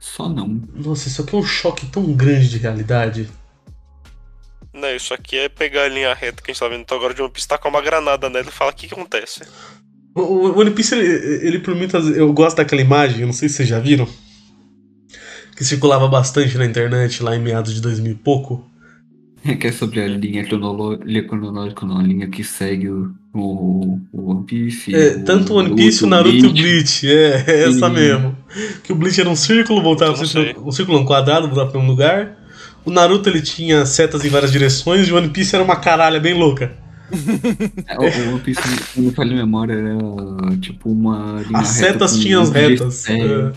Speaker 5: Só não.
Speaker 2: Nossa, isso aqui é um choque tão grande de realidade.
Speaker 4: Não, isso aqui é pegar a linha reta que a gente tá vendo então agora de uma pista com uma granada nela e falar o que que acontece.
Speaker 2: O- O One Piece, ele, ele por muitas Eu gosto daquela imagem, eu não sei se vocês já viram, que circulava bastante na internet lá em meados de 2000 e pouco.
Speaker 5: É que é sobre a linha cronolo- linha cronológica, não, a linha que segue o, o, o One Piece.
Speaker 2: É, tanto o One Piece, o Naruto e o Bleach, é, é essa
Speaker 5: Hum.
Speaker 2: mesmo. Que o Bleach era um círculo, voltava
Speaker 4: Eu
Speaker 2: pro
Speaker 4: não
Speaker 2: círculo, um círculo, um quadrado, voltava pra um lugar. O Naruto, ele tinha setas em várias direções e o One Piece era uma caralha bem louca.
Speaker 5: É, O, o One Piece, se não me falha a memória, era tipo uma linha
Speaker 2: As
Speaker 5: reta
Speaker 2: setas
Speaker 5: com um
Speaker 2: tinham as
Speaker 5: linhas de
Speaker 2: retas.
Speaker 5: série.
Speaker 2: é.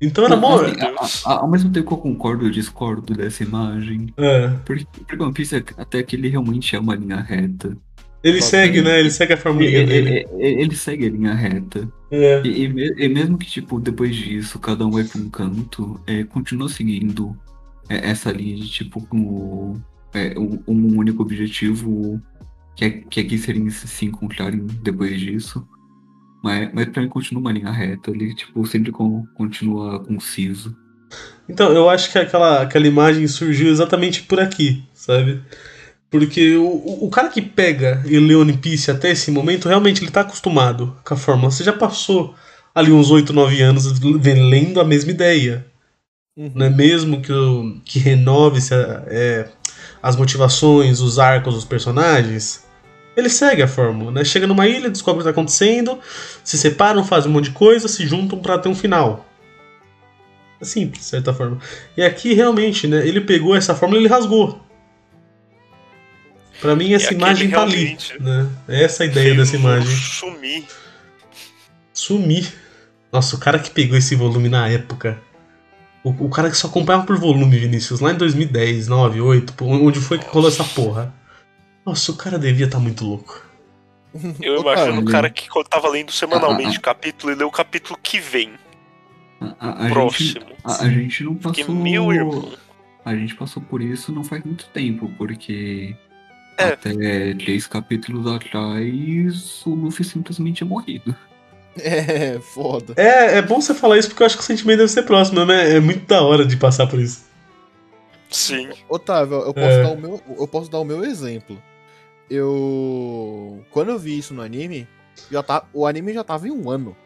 Speaker 2: Então era bom.
Speaker 5: Assim, a- a- Ao mesmo tempo que eu concordo, eu discordo dessa imagem.
Speaker 2: é.
Speaker 5: Porque, porque One Piece é até que ele realmente é uma linha reta.
Speaker 2: Ele
Speaker 3: Só
Speaker 2: segue,
Speaker 5: tem-
Speaker 2: né? Ele segue a formulinha
Speaker 5: Ele,
Speaker 2: dele.
Speaker 5: ele- ele- ele segue a linha reta.
Speaker 2: É.
Speaker 5: E, e me- e mesmo que, tipo, depois disso, cada um vai pra um canto, é, continua seguindo é, essa linha de, tipo, com, é, um, um único objetivo, que, é, que aqui seria se, se encontrarem depois disso. Mas, mas pra mim continua uma linha reta, ele, tipo, sempre con- continua conciso.
Speaker 2: Então, eu acho que aquela, aquela imagem surgiu exatamente por aqui, sabe? Porque o, o- o cara que pega e lê One Piece até esse momento, realmente ele tá acostumado com a fórmula. Você já passou ali uns 8, 9 anos vem lendo a mesma ideia.
Speaker 3: Uhum.
Speaker 2: Não é mesmo que, o- que renove se a- é, as motivações, os arcos dos personagens? Ele segue a fórmula, né? Chega numa ilha, descobre o que tá acontecendo, se separam, fazem um monte de coisa, se juntam pra ter um final. Assim, de certa forma. E aqui, realmente, né? Ele pegou essa fórmula e ele rasgou. Pra mim, essa
Speaker 4: aqui
Speaker 2: imagem
Speaker 4: ele
Speaker 2: tá ali.
Speaker 4: realmente
Speaker 2: Né? Essa é a ideia
Speaker 4: Fez
Speaker 2: dessa
Speaker 4: o
Speaker 2: imagem.
Speaker 4: Sumir.
Speaker 2: Sumir. Nossa, o cara que pegou esse volume na época. O, o cara que só comprava por volume, Vinícius, lá em 2010, 9, 8, pô, onde foi que rolou essa porra? Nossa, o cara devia estar muito louco.
Speaker 4: Eu
Speaker 3: Ô,
Speaker 4: imagino o
Speaker 5: cara,
Speaker 4: cara que tava lendo
Speaker 5: Ah,
Speaker 4: semanalmente capítulo e leu o capítulo que vem,
Speaker 5: A, a- a gente,
Speaker 4: próximo.
Speaker 5: a, a gente não
Speaker 4: Que um.
Speaker 5: passou.
Speaker 4: meu irmão.
Speaker 5: A gente passou por isso não faz muito tempo, porque
Speaker 4: É.
Speaker 5: até três capítulos atrás o Luffy simplesmente tinha morrido.
Speaker 3: É, foda.
Speaker 2: É, é bom você falar isso porque eu acho que o sentimento deve ser próximo, né? É muito da hora de passar por isso.
Speaker 4: Sim.
Speaker 3: Otávio, eu posso,
Speaker 2: É.
Speaker 3: dar o meu, eu posso dar o meu exemplo. Eu. Quando eu vi isso no anime, já tá, o anime já tava em um ano.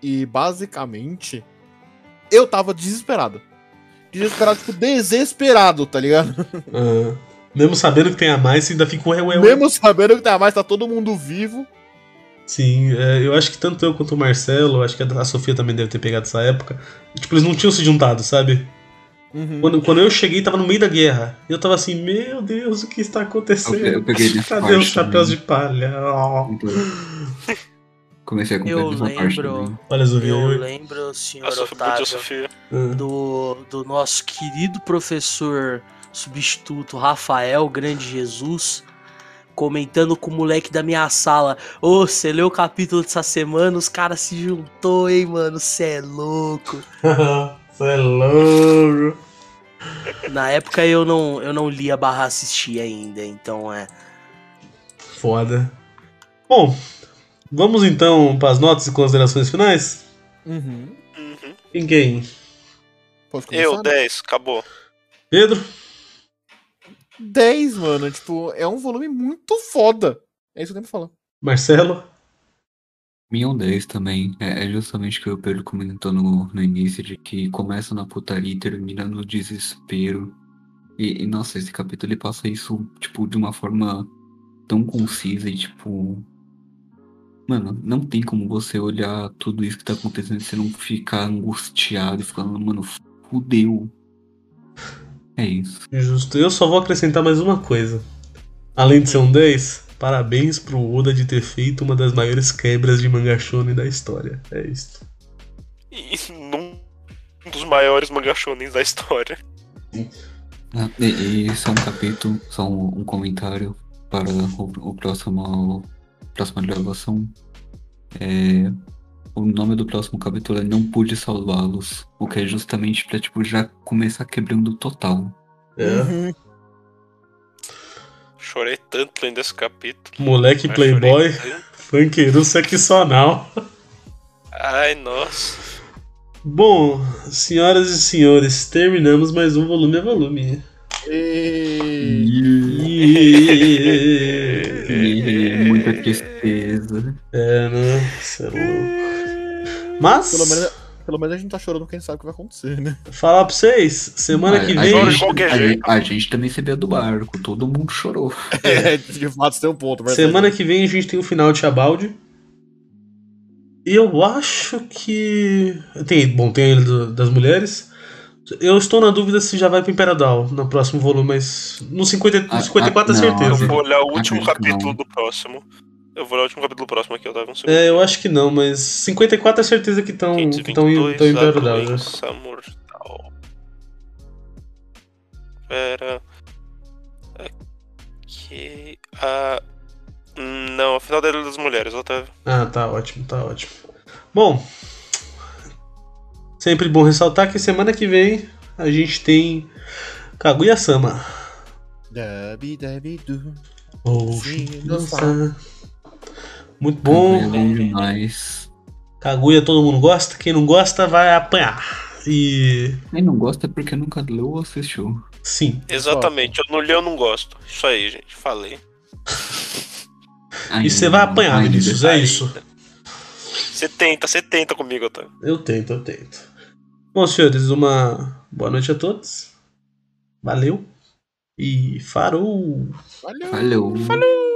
Speaker 3: E basicamente, eu tava desesperado. Desesperado, tipo, desesperado, tá ligado?
Speaker 2: Ah, mesmo sabendo que tem a mais, você ainda fica ué, ué, ué.
Speaker 3: Mesmo sabendo que tá mais, tá todo mundo vivo.
Speaker 2: Sim, é, eu acho que tanto eu quanto o Marcelo, acho que a Sofia também deve ter pegado essa época. Tipo, eles não tinham se juntado, sabe?
Speaker 3: Uhum.
Speaker 2: Quando, quando eu cheguei, tava no meio da guerra. E eu tava assim, meu Deus, o que está acontecendo?
Speaker 5: Eu peguei né? nessa
Speaker 2: Cadê
Speaker 5: parte
Speaker 2: os chapéus de
Speaker 5: também.
Speaker 2: palha? Oh. Ó.
Speaker 5: Então, comecei a comprar
Speaker 6: Eu
Speaker 5: essa parte
Speaker 6: lembro.
Speaker 5: também.
Speaker 2: Olha, Zuvia.
Speaker 6: Eu
Speaker 2: Eu...
Speaker 6: lembro, senhor
Speaker 4: A Sofia, bom dia,
Speaker 6: Otávio,
Speaker 4: Sofia.
Speaker 2: Ah,
Speaker 6: do, do nosso querido professor substituto Rafael Grande Jesus comentando com o moleque da minha sala. Ô, você leu o capítulo dessa semana? Os caras se juntou, hein, mano? Cê é louco.
Speaker 2: Você é louco.
Speaker 6: Na época eu não, eu não lia barra assistir ainda, então é.
Speaker 2: Foda. Bom, vamos então para as notas e considerações finais?
Speaker 3: Uhum.
Speaker 4: Uhum.
Speaker 2: Ninguém.
Speaker 3: Posso começar?
Speaker 5: né?
Speaker 4: Eu, 10, acabou.
Speaker 2: Pedro?
Speaker 3: 10, mano. Tipo, é um volume muito foda. É isso que eu tenho pra falar.
Speaker 2: Marcelo?
Speaker 5: Minha 10 também. É, é justamente o que o Pedro comentou no, no início, de que começa na putaria e termina no desespero. E, e, nossa, esse capítulo ele passa isso, tipo, de uma forma tão concisa e tipo. Mano, não tem como você olhar tudo isso que tá acontecendo e você não ficar angustiado e falando, mano, fudeu. É isso.
Speaker 2: Justo. Eu só vou acrescentar mais uma coisa. Além de ser um 10, parabéns pro Oda de ter feito uma das maiores quebras de manga shonen da história. É isso.
Speaker 4: E num um dos maiores mangachonins da história.
Speaker 5: Ah, E, e só um capítulo, só um, um comentário para o, o próximo, próxima gravação. É, o nome do próximo capítulo é Não Pude Salvá-los, o que é justamente pra tipo, já começar quebrando total.
Speaker 2: É.
Speaker 3: Uhum.
Speaker 4: Chorei tanto lendo esse capítulo.
Speaker 2: Moleque
Speaker 4: mas
Speaker 2: playboy,
Speaker 4: chorei tanto.
Speaker 2: funkeiro seccional.
Speaker 4: Ai, nossa.
Speaker 2: Bom, senhoras e senhores, terminamos mais um volume a volume.
Speaker 3: E...
Speaker 5: E... é
Speaker 2: Yeah.
Speaker 5: muita tristeza.
Speaker 2: é, né? Cê é louco. Mas,
Speaker 3: Pelo menos, pelo menos a gente tá chorando porque a gente sabe o que vai acontecer, né?
Speaker 2: falar pra vocês, semana que
Speaker 5: a,
Speaker 2: vem.
Speaker 4: Chora
Speaker 5: a,
Speaker 4: de
Speaker 5: gente,
Speaker 4: qualquer
Speaker 5: a,
Speaker 4: jeito.
Speaker 5: gente, a gente também se veio do barco, todo mundo chorou.
Speaker 3: É, de fato, você tem um ponto. verdade.
Speaker 2: Semana que vem a gente tem o final de Chabaldi. E eu acho que. Tem, bom, tem ele do- das mulheres. Eu estou na dúvida se já vai pro Imperadal no próximo volume, mas. No 50,
Speaker 5: Ah,
Speaker 2: no 54 é
Speaker 5: ah, não,
Speaker 4: Eu
Speaker 2: certeza.
Speaker 5: Uhum.
Speaker 4: vou olhar o último
Speaker 5: Acredito que
Speaker 4: capítulo
Speaker 5: não.
Speaker 4: do próximo. Eu vou olhar o último capítulo do próximo aqui, Otávio. Um segundo.
Speaker 2: É, eu acho que não, mas 54 é certeza que
Speaker 5: então
Speaker 2: estão em, tão em Imperadal. né?
Speaker 4: doença mortal. Pera. Aqui. Ah. Não, afinal da Ilha das Mulheres, Otávio.
Speaker 2: Ah, tá ótimo, tá ótimo. Bom, sempre bom ressaltar que semana que vem a gente tem Kaguya-sama.
Speaker 3: Dabi, dabi, du.
Speaker 2: Oh,
Speaker 3: Sim,
Speaker 2: dançar. Muito bom.
Speaker 5: É bom demais.
Speaker 2: Kaguya todo mundo gosta, quem não gosta vai apanhar. E
Speaker 5: Quem não gosta é porque nunca leu ou assistiu.
Speaker 2: sim,
Speaker 4: Exatamente, eu não li, eu não gosto. Isso aí, gente, falei.
Speaker 2: e você vai apanhar,
Speaker 5: Ainda.
Speaker 2: Vinícius, é isso.
Speaker 4: Você tenta, você tenta comigo, Otávio.
Speaker 2: Eu tento, eu tento. Bom, senhores, uma boa noite a todos. Valeu. E farou!
Speaker 3: Valeu!
Speaker 5: Valeu. Falou.